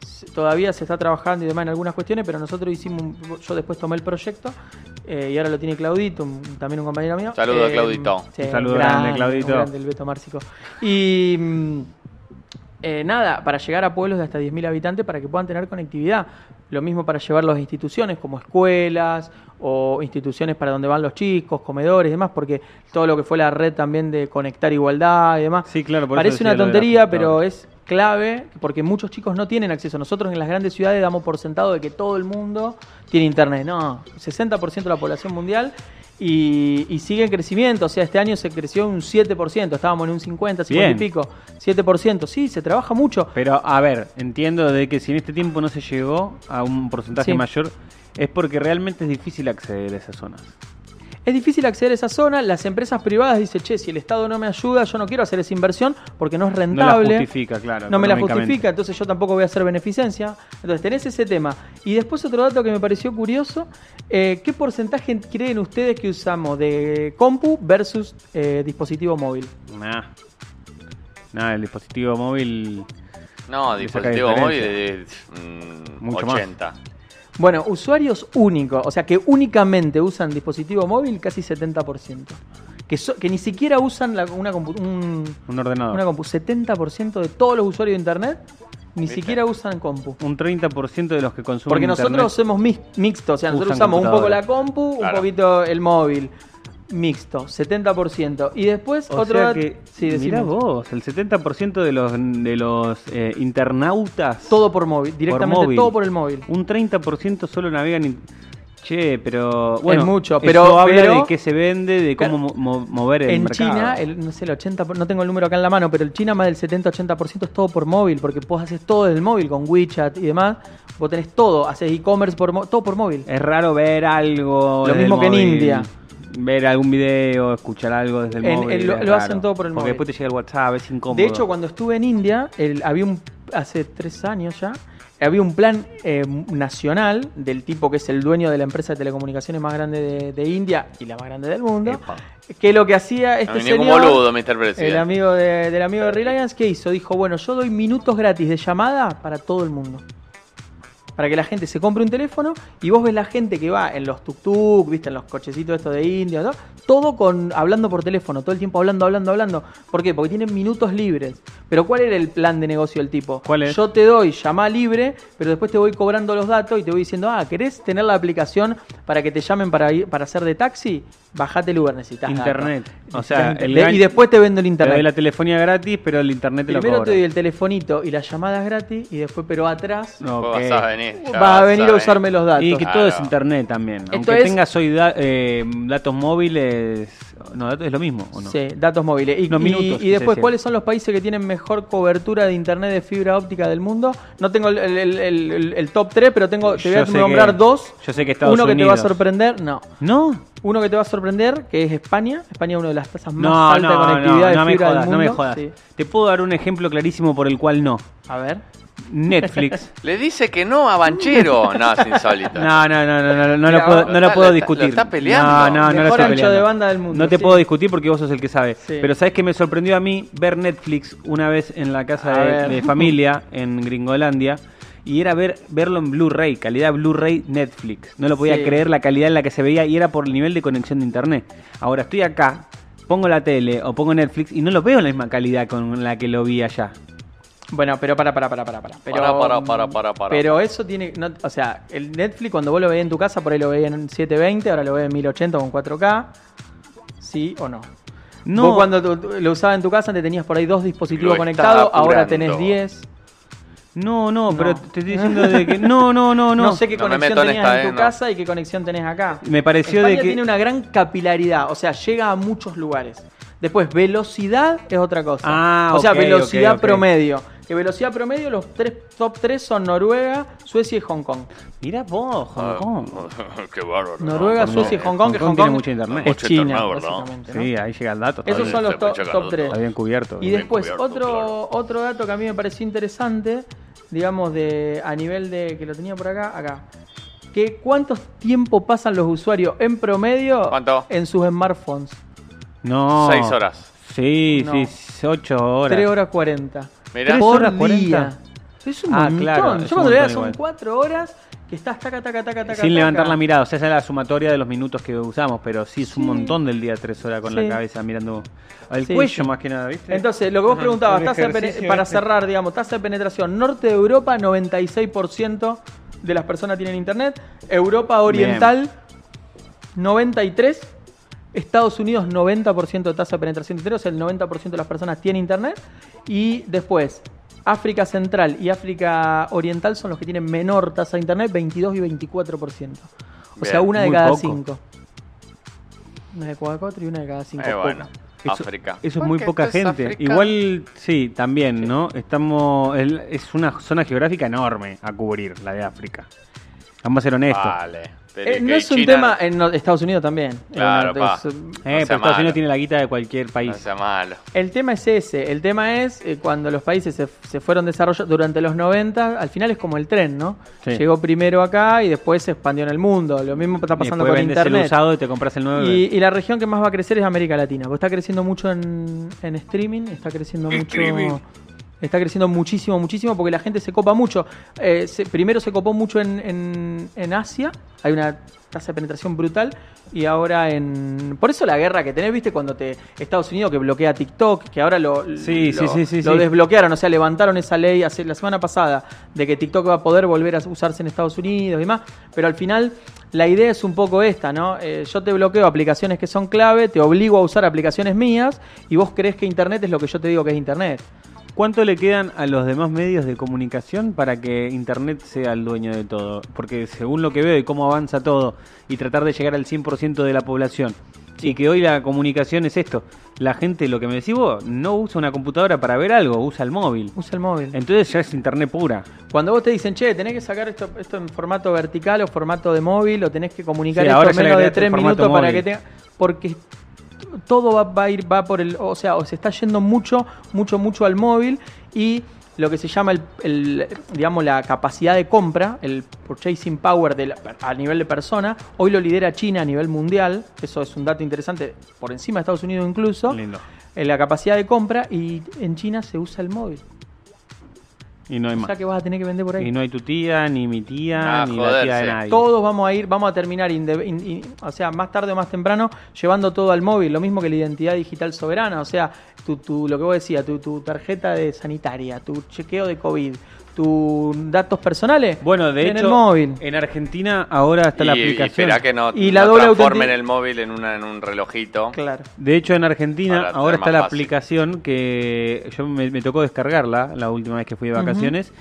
[SPEAKER 2] Se- Todavía se está trabajando y demás en algunas cuestiones, pero nosotros hicimos, un- yo después tomé el proyecto eh, y ahora lo tiene Claudito, un- también un compañero mío. Eh,
[SPEAKER 1] Saludo a Claudito.
[SPEAKER 3] Un saludo grande, Claudito.
[SPEAKER 2] un grande, el Beto Márcico. Y mm, eh, nada, para llegar a pueblos de hasta 10.000 habitantes para que puedan tener conectividad. Lo mismo para llevarlos a instituciones como escuelas o instituciones para donde van los chicos, comedores y demás, porque todo lo que fue la red también de conectar igualdad y demás.
[SPEAKER 3] Sí, claro, por eso
[SPEAKER 2] Parece
[SPEAKER 3] decía
[SPEAKER 2] una
[SPEAKER 3] lo de la
[SPEAKER 2] tontería,
[SPEAKER 3] computadora.
[SPEAKER 2] pero es clave porque muchos chicos no tienen acceso. Nosotros en las grandes ciudades damos por sentado de que todo el mundo tiene internet. No, 60% de la población mundial y, y sigue en crecimiento. O sea, este año se creció un 7%, estábamos en un 50, 50
[SPEAKER 3] Bien.
[SPEAKER 2] y pico. 7%, sí, se trabaja mucho.
[SPEAKER 3] Pero, a ver, entiendo de que si en este tiempo no se llegó a un porcentaje
[SPEAKER 2] Sí.
[SPEAKER 3] mayor, es porque realmente es difícil acceder a esas zonas.
[SPEAKER 2] Es difícil acceder a esa zona, las empresas privadas dicen, che, si el Estado no me ayuda, yo no quiero hacer esa inversión porque no es
[SPEAKER 3] No la
[SPEAKER 2] rentable.
[SPEAKER 3] justifica, claro.
[SPEAKER 2] no me la
[SPEAKER 3] económicamente.
[SPEAKER 2] justifica, entonces yo tampoco voy a hacer beneficencia. Entonces tenés ese tema. Y después otro dato que me pareció curioso, eh, ¿qué porcentaje creen ustedes que usamos de compu versus eh, dispositivo móvil?
[SPEAKER 3] Nah. Nah, el dispositivo móvil.
[SPEAKER 1] No,
[SPEAKER 3] Le saca
[SPEAKER 1] dispositivo móvil de
[SPEAKER 3] diferencia.
[SPEAKER 1] mm,
[SPEAKER 3] Mucho más.
[SPEAKER 1] 80.
[SPEAKER 2] Bueno, usuarios únicos, o sea que únicamente usan dispositivo móvil casi 70%. Que, so- que ni siquiera usan la- una, compu- un,
[SPEAKER 3] Un ordenador.
[SPEAKER 2] una compu. 70% de todos los usuarios de Internet ni
[SPEAKER 1] ¿Viste?
[SPEAKER 2] siquiera usan compu.
[SPEAKER 3] Un 30% de los que consumen.
[SPEAKER 2] Porque
[SPEAKER 3] internet-
[SPEAKER 2] nosotros somos mix- mixtos, o sea, nosotros
[SPEAKER 3] Usan
[SPEAKER 2] usamos un poco la
[SPEAKER 3] computadora.
[SPEAKER 2] compu,
[SPEAKER 1] Claro.
[SPEAKER 2] un poquito el móvil. Mixto, 70%. Y después
[SPEAKER 3] O
[SPEAKER 2] otro
[SPEAKER 3] sea
[SPEAKER 2] dat-
[SPEAKER 3] que,
[SPEAKER 2] sí,
[SPEAKER 3] mirá
[SPEAKER 2] decime.
[SPEAKER 3] vos, el 70% de los, de los eh, internautas.
[SPEAKER 2] Todo por móvil, directamente
[SPEAKER 3] móvil.
[SPEAKER 2] todo por el móvil.
[SPEAKER 3] Un 30% solo navegan. in- Che, pero. Bueno,
[SPEAKER 2] mucho,
[SPEAKER 3] eso
[SPEAKER 2] pero-
[SPEAKER 3] habla
[SPEAKER 2] pero-
[SPEAKER 3] de qué se vende, de cómo mo- mover el
[SPEAKER 2] En
[SPEAKER 3] mercado.
[SPEAKER 2] China, el, no sé, el 80, por- no tengo el número acá en la mano, pero en China más del 70-80% es todo por móvil, porque vos haces todo desde el móvil con WeChat y demás. Vos tenés todo, haces e-commerce, por mo- todo por móvil.
[SPEAKER 3] Es raro ver algo.
[SPEAKER 2] Lo
[SPEAKER 3] desde el
[SPEAKER 2] mismo que en
[SPEAKER 3] móvil.
[SPEAKER 2] India.
[SPEAKER 3] Ver algún video, escuchar algo desde el
[SPEAKER 2] En-
[SPEAKER 3] móvil.
[SPEAKER 2] en lo-
[SPEAKER 3] es
[SPEAKER 2] lo
[SPEAKER 3] raro.
[SPEAKER 2] hacen todo por el
[SPEAKER 3] Porque
[SPEAKER 2] móvil.
[SPEAKER 3] después te llega el WhatsApp, es incómodo.
[SPEAKER 2] De hecho, cuando estuve en India, el- había un, hace tres años ya, había un plan eh, nacional del tipo que es el dueño de la empresa de telecomunicaciones más grande de, de India y la más grande del mundo,
[SPEAKER 3] Epa.
[SPEAKER 2] que lo que hacía este
[SPEAKER 1] No hay
[SPEAKER 2] señor,
[SPEAKER 1] ningún boludo, Mr. President.
[SPEAKER 2] el amigo de- del amigo de Reliance, ¿qué hizo? Dijo, bueno, yo doy minutos gratis de llamada para todo el mundo. Para que la gente se compre un teléfono y vos ves la gente que va en los tuk-tuk, viste, en los cochecitos estos de India, ¿no? todo con hablando por teléfono, todo el tiempo hablando, hablando, hablando. ¿Por qué? Porque tienen minutos libres. Pero ¿cuál era el plan de negocio del tipo?
[SPEAKER 3] ¿Cuál es?
[SPEAKER 2] Yo te doy llamada libre, pero después te voy cobrando los datos y te voy diciendo, ah, ¿querés tener la aplicación para que te llamen para ir, para hacer de taxi? Bajate el Uber, necesitas datos.
[SPEAKER 3] Internet. O
[SPEAKER 2] Necesitas
[SPEAKER 3] sea,
[SPEAKER 2] internet.
[SPEAKER 3] el
[SPEAKER 2] De-
[SPEAKER 3] gan-
[SPEAKER 2] y después te vendo el
[SPEAKER 3] Te
[SPEAKER 2] internet.
[SPEAKER 3] doy la telefonía gratis, pero el internet te
[SPEAKER 2] Primero te
[SPEAKER 3] lo cobra.
[SPEAKER 2] doy el telefonito y las llamadas gratis y después, pero atrás
[SPEAKER 3] No,
[SPEAKER 1] Vos
[SPEAKER 3] ok.
[SPEAKER 1] vas a venir. ya
[SPEAKER 2] vas a venir a usarme los datos.
[SPEAKER 3] Y que
[SPEAKER 1] Ah,
[SPEAKER 3] todo
[SPEAKER 1] no.
[SPEAKER 3] es internet también.
[SPEAKER 2] Esto
[SPEAKER 3] Aunque
[SPEAKER 2] es-
[SPEAKER 3] tengas hoy da- eh, datos móviles. No, datos es lo mismo, ¿o no?
[SPEAKER 2] Sí, datos móviles. Y,
[SPEAKER 3] No,
[SPEAKER 2] y-
[SPEAKER 3] minutos,
[SPEAKER 2] y
[SPEAKER 3] quise
[SPEAKER 2] después,
[SPEAKER 3] decir.
[SPEAKER 2] ¿cuáles son los países que tienen mejor cobertura de internet de fibra óptica del mundo? No tengo el, el- el- el- el- el top 3, pero tengo, te voy
[SPEAKER 3] Yo
[SPEAKER 2] a
[SPEAKER 3] sé
[SPEAKER 2] nombrar
[SPEAKER 3] que-
[SPEAKER 2] dos.
[SPEAKER 3] yo sé que Estados
[SPEAKER 2] Uno que te va a
[SPEAKER 3] Unidos.
[SPEAKER 2] sorprender, no.
[SPEAKER 3] ¿No?
[SPEAKER 2] Uno que te va a sorprender, que es España. España es una de las tasas más
[SPEAKER 3] No,
[SPEAKER 2] altas de
[SPEAKER 3] no,
[SPEAKER 2] conectividad
[SPEAKER 3] no,
[SPEAKER 2] de
[SPEAKER 3] no me
[SPEAKER 2] fibra
[SPEAKER 3] jodas,
[SPEAKER 2] del
[SPEAKER 3] no
[SPEAKER 2] mundo.
[SPEAKER 3] me jodas.
[SPEAKER 2] Sí.
[SPEAKER 3] Te puedo dar un ejemplo clarísimo por el cual no.
[SPEAKER 2] A ver.
[SPEAKER 3] Netflix.
[SPEAKER 1] Le dice que no a Banchero. no, es insólito.
[SPEAKER 3] No, no, no, no, no, no
[SPEAKER 2] Mira,
[SPEAKER 3] lo puedo,
[SPEAKER 1] lo
[SPEAKER 3] no lo
[SPEAKER 1] está-
[SPEAKER 3] puedo
[SPEAKER 1] lo está-
[SPEAKER 3] discutir.
[SPEAKER 1] lo está peleando.
[SPEAKER 3] No, no, no lo
[SPEAKER 2] Mejor
[SPEAKER 3] estoy
[SPEAKER 2] ancho
[SPEAKER 3] peleando.
[SPEAKER 2] de banda del mundo,
[SPEAKER 3] No te
[SPEAKER 2] sí.
[SPEAKER 3] puedo discutir porque vos sos el que sabe.
[SPEAKER 2] Sí.
[SPEAKER 3] Pero sabes que me sorprendió a mí ver Netflix una vez en la casa
[SPEAKER 2] A
[SPEAKER 3] de,
[SPEAKER 2] ver.
[SPEAKER 3] de familia en Gringolandia. Y era ver, verlo en Blu-ray, calidad Blu-ray Netflix. No lo podía
[SPEAKER 2] Sí.
[SPEAKER 3] creer la calidad en la que se veía y era por el nivel de conexión de internet. Ahora estoy acá, pongo la tele o pongo Netflix y no lo veo en la misma calidad con la que lo vi allá.
[SPEAKER 2] Bueno, pero para, para, para, para, para. Pero, mm,
[SPEAKER 1] Pará, pará, pará, pará, pará.
[SPEAKER 2] Pero eso tiene. no- o sea, el Netflix, cuando vos lo veías en tu casa, por ahí lo veías en 720, ahora lo ves en 1080 con 4K. ¿Sí o no?
[SPEAKER 3] No.
[SPEAKER 2] Vos cuando tu- tu- lo usabas en tu casa, antes tenías por ahí dos dispositivos
[SPEAKER 1] Lo
[SPEAKER 2] conectados,
[SPEAKER 1] está
[SPEAKER 2] ahora
[SPEAKER 1] apurando.
[SPEAKER 2] tenés 10.
[SPEAKER 3] No, no,
[SPEAKER 2] No.
[SPEAKER 3] pero te estoy diciendo de que. No, no,
[SPEAKER 2] No,
[SPEAKER 3] no, no.
[SPEAKER 2] sé qué
[SPEAKER 1] No me
[SPEAKER 2] conexión
[SPEAKER 1] meto en
[SPEAKER 2] tenías en,
[SPEAKER 1] esta,
[SPEAKER 2] tu
[SPEAKER 1] eh, no.
[SPEAKER 2] casa y qué conexión tenés acá.
[SPEAKER 3] Me pareció
[SPEAKER 2] España
[SPEAKER 3] de que.
[SPEAKER 2] tiene una gran capilaridad, o sea, llega a muchos lugares. Después, velocidad es otra cosa.
[SPEAKER 3] Ah,
[SPEAKER 2] o sea,
[SPEAKER 3] ok,
[SPEAKER 2] velocidad
[SPEAKER 3] ok, ok.
[SPEAKER 2] promedio. Que velocidad promedio, los tres, top 3 son Noruega, Suecia y Hong Kong.
[SPEAKER 3] Mirá vos,
[SPEAKER 1] Ah,
[SPEAKER 3] Hong Kong.
[SPEAKER 1] Qué bárbaro. ¿no?
[SPEAKER 2] Noruega,
[SPEAKER 1] Por
[SPEAKER 2] Suecia y
[SPEAKER 1] favor.
[SPEAKER 2] Hong Kong, que
[SPEAKER 3] Hong
[SPEAKER 2] Hong
[SPEAKER 3] Kong tiene
[SPEAKER 2] Kong
[SPEAKER 3] mucho internet.
[SPEAKER 2] es
[SPEAKER 1] Mucho
[SPEAKER 2] China,
[SPEAKER 1] internet, ¿verdad?
[SPEAKER 2] básicamente. ¿no?
[SPEAKER 3] Sí, ahí llega el dato.
[SPEAKER 2] Esos
[SPEAKER 1] bien,
[SPEAKER 2] son los
[SPEAKER 1] está
[SPEAKER 2] top,
[SPEAKER 1] bien
[SPEAKER 2] top
[SPEAKER 1] checarlo,
[SPEAKER 2] 3.
[SPEAKER 1] está
[SPEAKER 3] Está bien cubierto.
[SPEAKER 2] Y
[SPEAKER 1] bien
[SPEAKER 2] después,
[SPEAKER 1] cubierto,
[SPEAKER 2] otro,
[SPEAKER 1] claro.
[SPEAKER 2] otro dato que a mí me pareció interesante, digamos, de a nivel de que lo tenía por acá, acá. Que cuántos tiempo pasan los usuarios en promedio
[SPEAKER 1] ¿Cuánto?
[SPEAKER 2] en sus smartphones.
[SPEAKER 3] No.
[SPEAKER 1] Seis horas.
[SPEAKER 3] Sí,
[SPEAKER 2] No.
[SPEAKER 3] sí, ocho horas.
[SPEAKER 2] 3 horas 40.
[SPEAKER 1] Mirá.
[SPEAKER 3] ¿Tres
[SPEAKER 2] por
[SPEAKER 3] horas 40?
[SPEAKER 2] día. Es un
[SPEAKER 3] Ah,
[SPEAKER 2] montón.
[SPEAKER 3] claro, es
[SPEAKER 2] Yo
[SPEAKER 3] un
[SPEAKER 2] cuando veía
[SPEAKER 3] montón
[SPEAKER 2] son
[SPEAKER 3] igual.
[SPEAKER 2] 4 horas que estás taca, taca, taca, taca.
[SPEAKER 3] Sin levantar
[SPEAKER 2] taca.
[SPEAKER 3] la mirada, o sea, esa es la sumatoria de los minutos que usamos, pero sí es un
[SPEAKER 2] Sí.
[SPEAKER 3] montón del día tres horas con
[SPEAKER 2] Sí.
[SPEAKER 3] la cabeza mirando al
[SPEAKER 2] Sí,
[SPEAKER 3] cuello
[SPEAKER 2] sí.
[SPEAKER 3] más que nada, ¿viste?
[SPEAKER 2] Entonces, lo que vos
[SPEAKER 3] Este, Ajá,
[SPEAKER 2] preguntabas,
[SPEAKER 3] el
[SPEAKER 2] tasa de pene-
[SPEAKER 3] ejercicio
[SPEAKER 2] para
[SPEAKER 3] este.
[SPEAKER 2] cerrar, digamos, tasa de penetración, norte de Europa, 96% de las personas tienen internet, Europa Oriental, 93%, Estados Unidos, 90% de tasa de penetración de internet, o sea, el 90% de las personas tiene internet, y después, África Central y África Oriental son los que tienen menor tasa de internet, 22 y 24%. O sea,
[SPEAKER 1] Bien,
[SPEAKER 2] una de
[SPEAKER 3] muy
[SPEAKER 2] cada
[SPEAKER 3] poco.
[SPEAKER 2] cinco. Una de cada cuatro y una de cada cinco.
[SPEAKER 1] Eh, bueno,
[SPEAKER 3] Eso-
[SPEAKER 1] África.
[SPEAKER 3] Eso es muy
[SPEAKER 1] Porque
[SPEAKER 3] poca
[SPEAKER 1] esto es
[SPEAKER 3] gente.
[SPEAKER 1] África.
[SPEAKER 3] Igual, sí, también, ¿no? Estamos. el- es una zona geográfica enorme a cubrir, la de África. Vamos a ser honestos.
[SPEAKER 1] Vale.
[SPEAKER 2] Eh,
[SPEAKER 1] Pero
[SPEAKER 2] no
[SPEAKER 1] que
[SPEAKER 2] es un
[SPEAKER 1] China-
[SPEAKER 2] tema en no- Estados Unidos también.
[SPEAKER 1] Claro,
[SPEAKER 2] Eh,
[SPEAKER 1] pa.
[SPEAKER 2] es, eh,
[SPEAKER 3] Eh, pero
[SPEAKER 1] sea
[SPEAKER 3] Estados
[SPEAKER 1] malo.
[SPEAKER 3] Unidos tiene la guita de cualquier
[SPEAKER 1] No
[SPEAKER 3] país.
[SPEAKER 1] sea malo.
[SPEAKER 2] El tema es ese, el tema es eh, cuando los países se, se fueron desarrollando durante los 90, al final es como el tren, ¿no?
[SPEAKER 3] Sí.
[SPEAKER 2] Llegó primero acá y después se expandió en el mundo, lo mismo está pasando
[SPEAKER 3] Después
[SPEAKER 2] con
[SPEAKER 3] vendes el
[SPEAKER 2] Internet.
[SPEAKER 3] usado y te compras el nuevo.
[SPEAKER 2] Y, y la región que más va a crecer es América Latina, porque está creciendo mucho en, en streaming, está creciendo mucho... Está creciendo muchísimo, muchísimo, porque la gente se copa mucho. Eh, se- primero se copó mucho en, en- en Asia, hay una tasa de penetración brutal, y ahora en... Por eso la guerra que tenés, viste, cuando te Estados Unidos que bloquea TikTok, que ahora lo,
[SPEAKER 3] Sí,
[SPEAKER 1] Lo-
[SPEAKER 3] sí, sí, sí.
[SPEAKER 2] lo
[SPEAKER 3] sí.
[SPEAKER 2] desbloquearon, o sea, levantaron esa ley hace la semana pasada de que TikTok va a poder volver a usarse en Estados Unidos y demás, pero al final la idea es un poco esta, ¿no? Eh, yo te bloqueo aplicaciones que son clave, te obligo a usar aplicaciones mías y vos crees que Internet es lo que yo te digo que es Internet.
[SPEAKER 3] ¿Cuánto le quedan a los demás medios de comunicación para que Internet sea el dueño de todo? Porque según lo que veo y cómo avanza todo, y tratar de llegar al 100% de la población, y que hoy la comunicación es esto, la gente, lo que me decís vos, no usa una computadora para ver algo, usa el móvil.
[SPEAKER 2] Usa el móvil.
[SPEAKER 3] Entonces ya es Internet pura.
[SPEAKER 2] Cuando vos te dicen, che, tenés que sacar esto, esto en formato vertical o formato de móvil o tenés que comunicar
[SPEAKER 3] Sí,
[SPEAKER 2] esto
[SPEAKER 3] ahora
[SPEAKER 2] en
[SPEAKER 3] ya le
[SPEAKER 2] menos de
[SPEAKER 3] agregaste
[SPEAKER 2] tres
[SPEAKER 3] el formato
[SPEAKER 2] minutos para
[SPEAKER 3] móvil.
[SPEAKER 2] que tenga... Porque t- todo va, va a ir, va por el... O sea, o se está yendo mucho, mucho, mucho al móvil y lo que se llama el, el, digamos la capacidad de compra, el purchasing power de la- a nivel de persona, hoy lo lidera China a nivel mundial, eso es un dato interesante, por encima de Estados Unidos incluso,
[SPEAKER 3] Lindo.
[SPEAKER 2] en la capacidad de compra y en China se usa el móvil,
[SPEAKER 3] Y no hay
[SPEAKER 2] o sea
[SPEAKER 3] más.
[SPEAKER 2] que vas a tener que vender por ahí.
[SPEAKER 3] Y no hay tu tía, ni mi tía,
[SPEAKER 1] Ah,
[SPEAKER 3] ni la tía
[SPEAKER 1] joderse.
[SPEAKER 3] de nadie.
[SPEAKER 2] Todos vamos a ir, vamos a terminar, inde- in- in- o sea, más tarde o más temprano, llevando todo al móvil, lo mismo que la identidad digital soberana, o sea, tu, tu- lo que vos decías, tu, tu tarjeta de sanitaria, tu chequeo de COVID, tus datos personales,
[SPEAKER 3] Bueno, de
[SPEAKER 2] en
[SPEAKER 3] hecho, eh,
[SPEAKER 2] el móvil.
[SPEAKER 3] en Argentina ahora está la
[SPEAKER 1] Y- y
[SPEAKER 3] aplicación.
[SPEAKER 1] esperá que no,
[SPEAKER 2] Y la
[SPEAKER 1] no
[SPEAKER 2] doble
[SPEAKER 1] transformen
[SPEAKER 2] autentic-
[SPEAKER 1] el móvil en, una, en un relojito.
[SPEAKER 2] Claro.
[SPEAKER 3] De hecho, en Argentina
[SPEAKER 1] Para
[SPEAKER 3] ahora
[SPEAKER 1] tener
[SPEAKER 3] está
[SPEAKER 1] más
[SPEAKER 3] la
[SPEAKER 1] fácil.
[SPEAKER 3] aplicación que yo me, me tocó descargarla la última vez que fui de vacaciones,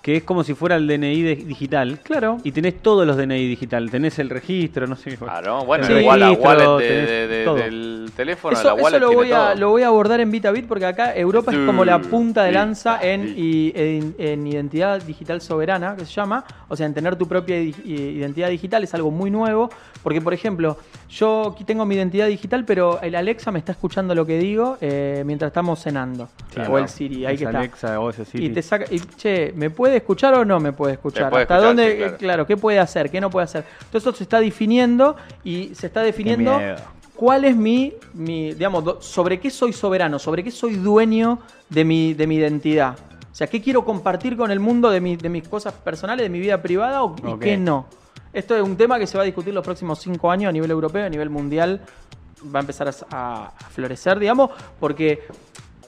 [SPEAKER 3] que es como si fuera el DNI de- digital.
[SPEAKER 2] Claro.
[SPEAKER 3] Y tenés todos los DNI digital. Tenés el registro, no sé.
[SPEAKER 1] Claro, Ah, bueno,
[SPEAKER 3] Sí,
[SPEAKER 1] igual la
[SPEAKER 3] registro,
[SPEAKER 1] wallet de-
[SPEAKER 3] tenés
[SPEAKER 1] de- de-
[SPEAKER 3] todo.
[SPEAKER 1] del teléfono,
[SPEAKER 2] Eso,
[SPEAKER 1] la
[SPEAKER 2] eso
[SPEAKER 1] wallet
[SPEAKER 2] lo,
[SPEAKER 1] tiene
[SPEAKER 2] voy a,
[SPEAKER 1] todo.
[SPEAKER 2] lo voy a abordar en Bit a Bit porque acá Europa
[SPEAKER 1] Sí,
[SPEAKER 2] es como la punta de
[SPEAKER 1] sí,
[SPEAKER 2] lanza en,
[SPEAKER 1] sí.
[SPEAKER 2] y- en- en identidad digital soberana, que se llama. O sea, en tener tu propia di- identidad digital es algo muy nuevo. Porque, por ejemplo, yo aquí tengo mi identidad digital, pero el Alexa me está escuchando lo que digo eh, mientras estamos cenando.
[SPEAKER 3] Claro.
[SPEAKER 2] O el Siri, ahí
[SPEAKER 3] Es
[SPEAKER 2] que está.
[SPEAKER 3] Alexa, o ese Siri.
[SPEAKER 2] Y te saca, y, che, ¿me puede escuchar o no me puede escuchar?
[SPEAKER 1] puede
[SPEAKER 2] ¿Hasta
[SPEAKER 1] escuchar,
[SPEAKER 2] dónde?
[SPEAKER 1] sí, claro.
[SPEAKER 2] eh, claro, ¿qué puede hacer? ¿Qué no puede hacer? Entonces eso se está definiendo y se está definiendo
[SPEAKER 3] miedo.
[SPEAKER 2] cuál es mi, mi digamos, do- sobre qué soy soberano, sobre qué soy dueño de mi, de mi identidad. O sea, ¿qué quiero compartir con el mundo de, mi- de mis cosas personales, de mi vida privada o, y
[SPEAKER 3] Ok.
[SPEAKER 2] qué no? Esto es un tema que se va a discutir los próximos cinco años a nivel europeo, a nivel mundial. Va a empezar a, a- a florecer, digamos, porque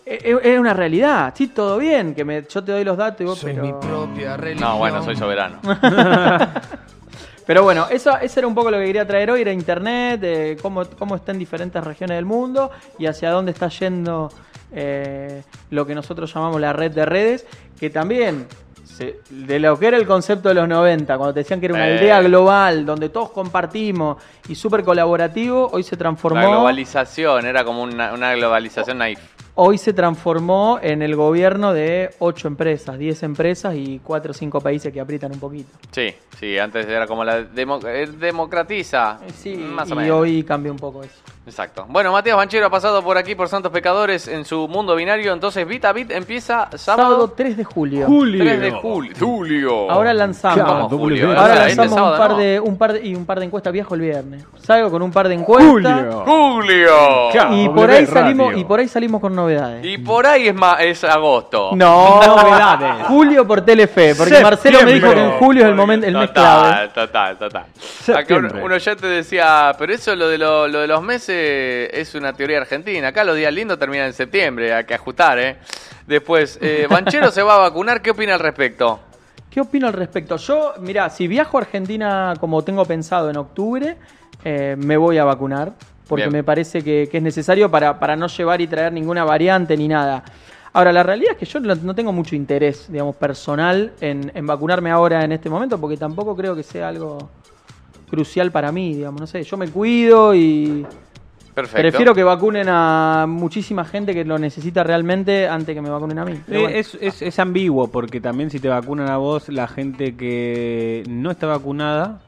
[SPEAKER 2] es, es una realidad. Sí, todo bien, que me, yo te doy los datos y vos,
[SPEAKER 4] Soy
[SPEAKER 2] pero...
[SPEAKER 4] mi propia religión.
[SPEAKER 1] No, bueno, soy soberano.
[SPEAKER 2] Pero bueno, eso, eso era un poco lo que quería traer hoy, era internet, eh, cómo, cómo está en diferentes regiones del mundo y hacia dónde está yendo eh, lo que nosotros llamamos la red de redes, que también, se- de lo que era el concepto de los 90, cuando te decían que era una
[SPEAKER 1] Eh.
[SPEAKER 2] aldea global, donde todos compartimos y súper colaborativo, hoy se transformó...
[SPEAKER 1] La globalización, era como una, una globalización naive.
[SPEAKER 2] Hoy se transformó en el gobierno de 8 empresas, 10 empresas y 4 o 5 países que aprietan un poquito.
[SPEAKER 1] Sí, sí, antes era como la demo- eh, democratiza.
[SPEAKER 2] Eh, Sí,
[SPEAKER 1] más o
[SPEAKER 2] y
[SPEAKER 1] menos.
[SPEAKER 2] hoy cambió un poco eso.
[SPEAKER 1] Exacto. Bueno, Matías Banchero ha pasado por aquí por Santos Pecadores en su mundo binario. Entonces, Bit a Bit empieza
[SPEAKER 2] Sábado
[SPEAKER 1] sábado,
[SPEAKER 2] 3 de julio.
[SPEAKER 1] 3 de julio. Julio.
[SPEAKER 2] Ahora lanzamos.
[SPEAKER 1] ¿Cómo, Julio?
[SPEAKER 2] Ahora
[SPEAKER 1] Ahora, este
[SPEAKER 2] lanzamos un
[SPEAKER 1] sábado,
[SPEAKER 2] par
[SPEAKER 1] ¿no?
[SPEAKER 2] de un par de, y un par de encuestas viejo el viernes. Salgo con un par de encuestas
[SPEAKER 1] Julio.
[SPEAKER 4] Claro.
[SPEAKER 2] y
[SPEAKER 4] W
[SPEAKER 2] por ahí
[SPEAKER 4] Radio.
[SPEAKER 2] salimos y por ahí salimos con novedades.
[SPEAKER 1] Y por ahí es, ma- es agosto.
[SPEAKER 2] No, Julio por Telefe, porque Marcelo me dijo que en julio es el momento el mes clave.
[SPEAKER 1] Total, total, total. Acá un- uno ya te decía, pero eso lo de, lo, lo de los meses es una teoría argentina. Acá los días lindos terminan en septiembre, hay que ajustar, ¿eh? Después, eh, Banchero se va a vacunar, ¿qué opina al respecto?
[SPEAKER 2] ¿Qué opino al respecto? Yo, mira, si viajo a Argentina como tengo pensado en octubre, eh, me voy a vacunar, porque
[SPEAKER 1] Bien.
[SPEAKER 2] me parece que, que es necesario para, para no llevar y traer ninguna variante ni nada. Ahora, la realidad es que yo no, no tengo mucho interés, digamos, personal en, en vacunarme ahora en este momento, porque tampoco creo que sea algo crucial para mí, digamos, no sé, yo me cuido y
[SPEAKER 1] Perfecto.
[SPEAKER 2] prefiero que vacunen a muchísima gente que lo necesita realmente antes que me vacunen a mí. Pero
[SPEAKER 3] Eh,
[SPEAKER 2] bueno.
[SPEAKER 3] es, es- es ambiguo porque también si te vacunan a vos, la gente que no está vacunada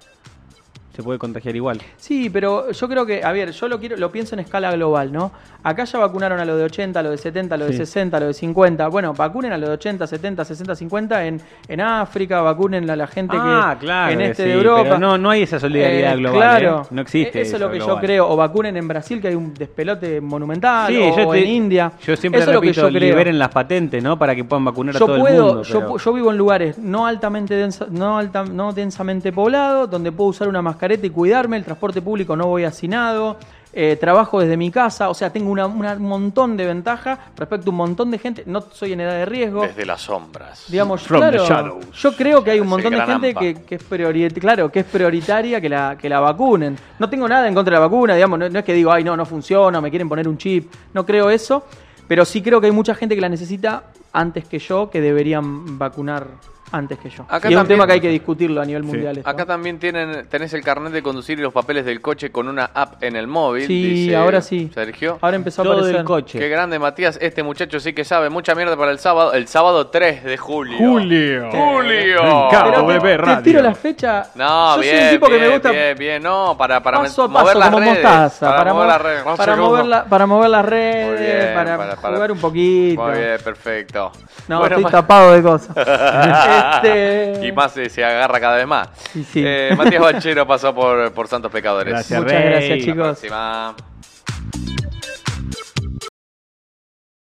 [SPEAKER 3] se puede contagiar igual.
[SPEAKER 2] Sí, pero yo creo que, a ver, yo lo quiero, lo pienso en escala global, ¿no? Acá ya vacunaron a los de 80, a los de 70, a los
[SPEAKER 3] Sí.
[SPEAKER 2] de 60, a los de 50. Bueno, vacunen a los de 80, 70, 60, 50 en, en África, vacunen a la gente
[SPEAKER 3] Ah,
[SPEAKER 2] que
[SPEAKER 3] claro,
[SPEAKER 2] en este de
[SPEAKER 3] sí,
[SPEAKER 2] Europa. E-,
[SPEAKER 3] pero no- no hay esa solidaridad global, ¿eh? No existe
[SPEAKER 2] Eso, es lo
[SPEAKER 3] eso
[SPEAKER 2] que yo
[SPEAKER 3] global.
[SPEAKER 2] creo. O vacunen en Brasil, que hay un despelote monumental,
[SPEAKER 3] Sí,
[SPEAKER 2] o,
[SPEAKER 3] yo
[SPEAKER 2] o
[SPEAKER 3] te-
[SPEAKER 2] en India.
[SPEAKER 3] Yo siempre
[SPEAKER 2] eso
[SPEAKER 3] repito,
[SPEAKER 2] es lo que yo creo.
[SPEAKER 3] liberen las patentes, ¿no? Para que puedan vacunar a
[SPEAKER 2] Yo
[SPEAKER 3] todo
[SPEAKER 2] puedo,
[SPEAKER 3] el mundo.
[SPEAKER 2] yo,
[SPEAKER 3] pero-
[SPEAKER 2] pu- yo vivo en lugares no altamente densa- no, alta- no densamente poblados, donde puedo usar una mascareta y cuidarme, el transporte público no voy hacinado, eh, trabajo desde mi casa, o sea, tengo una- una- un montón de ventaja respecto a un montón de gente, no soy en edad de riesgo.
[SPEAKER 1] Desde las sombras.
[SPEAKER 2] Digamos,
[SPEAKER 3] From
[SPEAKER 2] claro,
[SPEAKER 3] the shadows.
[SPEAKER 2] yo creo que hay un
[SPEAKER 1] Ese
[SPEAKER 2] montón de
[SPEAKER 1] gran
[SPEAKER 2] gente
[SPEAKER 1] AMPA.
[SPEAKER 2] que, que es priori- claro, que es prioritaria que la, que la vacunen. No tengo nada en contra de la vacuna, digamos, no, no es que digo, ay, no, no funciona, me quieren poner un chip, no creo eso, pero sí creo que hay mucha gente que la necesita antes que yo, que deberían vacunar antes que yo.
[SPEAKER 1] Acá
[SPEAKER 2] y es un
[SPEAKER 1] también-
[SPEAKER 2] tema que hay que discutirlo a nivel mundial. esto.
[SPEAKER 1] Acá también tienen, tenés el carnet de conducir y los papeles del coche con una app en el móvil.
[SPEAKER 2] Sí,
[SPEAKER 1] dice
[SPEAKER 2] ahora sí.
[SPEAKER 1] Sergio.
[SPEAKER 2] Ahora empezó a
[SPEAKER 3] todo
[SPEAKER 2] aparecer.
[SPEAKER 3] el coche.
[SPEAKER 1] Qué grande, Matías. Este muchacho sí que sabe. Mucha mierda para el sábado. El sábado 3 de julio. ¡Julio!
[SPEAKER 3] Me encanta,
[SPEAKER 2] Pero te-
[SPEAKER 3] Ah, bebé
[SPEAKER 2] te,
[SPEAKER 3] radio.
[SPEAKER 2] tiro la fecha.
[SPEAKER 1] No,
[SPEAKER 2] yo
[SPEAKER 1] bien,
[SPEAKER 2] soy un tipo
[SPEAKER 1] bien,
[SPEAKER 2] que me gusta
[SPEAKER 1] bien, bien. No, para, para
[SPEAKER 2] paso a
[SPEAKER 1] mover
[SPEAKER 2] paso,
[SPEAKER 1] las
[SPEAKER 2] como
[SPEAKER 1] redes,
[SPEAKER 2] mostaza,
[SPEAKER 1] Para, mover las redes.
[SPEAKER 2] mover, para mover la- para mover las redes,
[SPEAKER 1] Muy bien,
[SPEAKER 2] para,
[SPEAKER 1] para- para-
[SPEAKER 2] jugar un poquito.
[SPEAKER 1] Muy bien, perfecto.
[SPEAKER 2] No,
[SPEAKER 1] Bueno,
[SPEAKER 2] estoy
[SPEAKER 1] Ma-
[SPEAKER 2] tapado de cosas. Este,
[SPEAKER 1] Y más eh, se agarra cada vez más.
[SPEAKER 2] Y sí.
[SPEAKER 1] Eh, Matías Banchero pasó por, por Santos Pecadores.
[SPEAKER 3] Gracias,
[SPEAKER 2] Muchas
[SPEAKER 3] Rey.
[SPEAKER 2] gracias,
[SPEAKER 1] Hasta la
[SPEAKER 2] chicos.
[SPEAKER 1] próxima.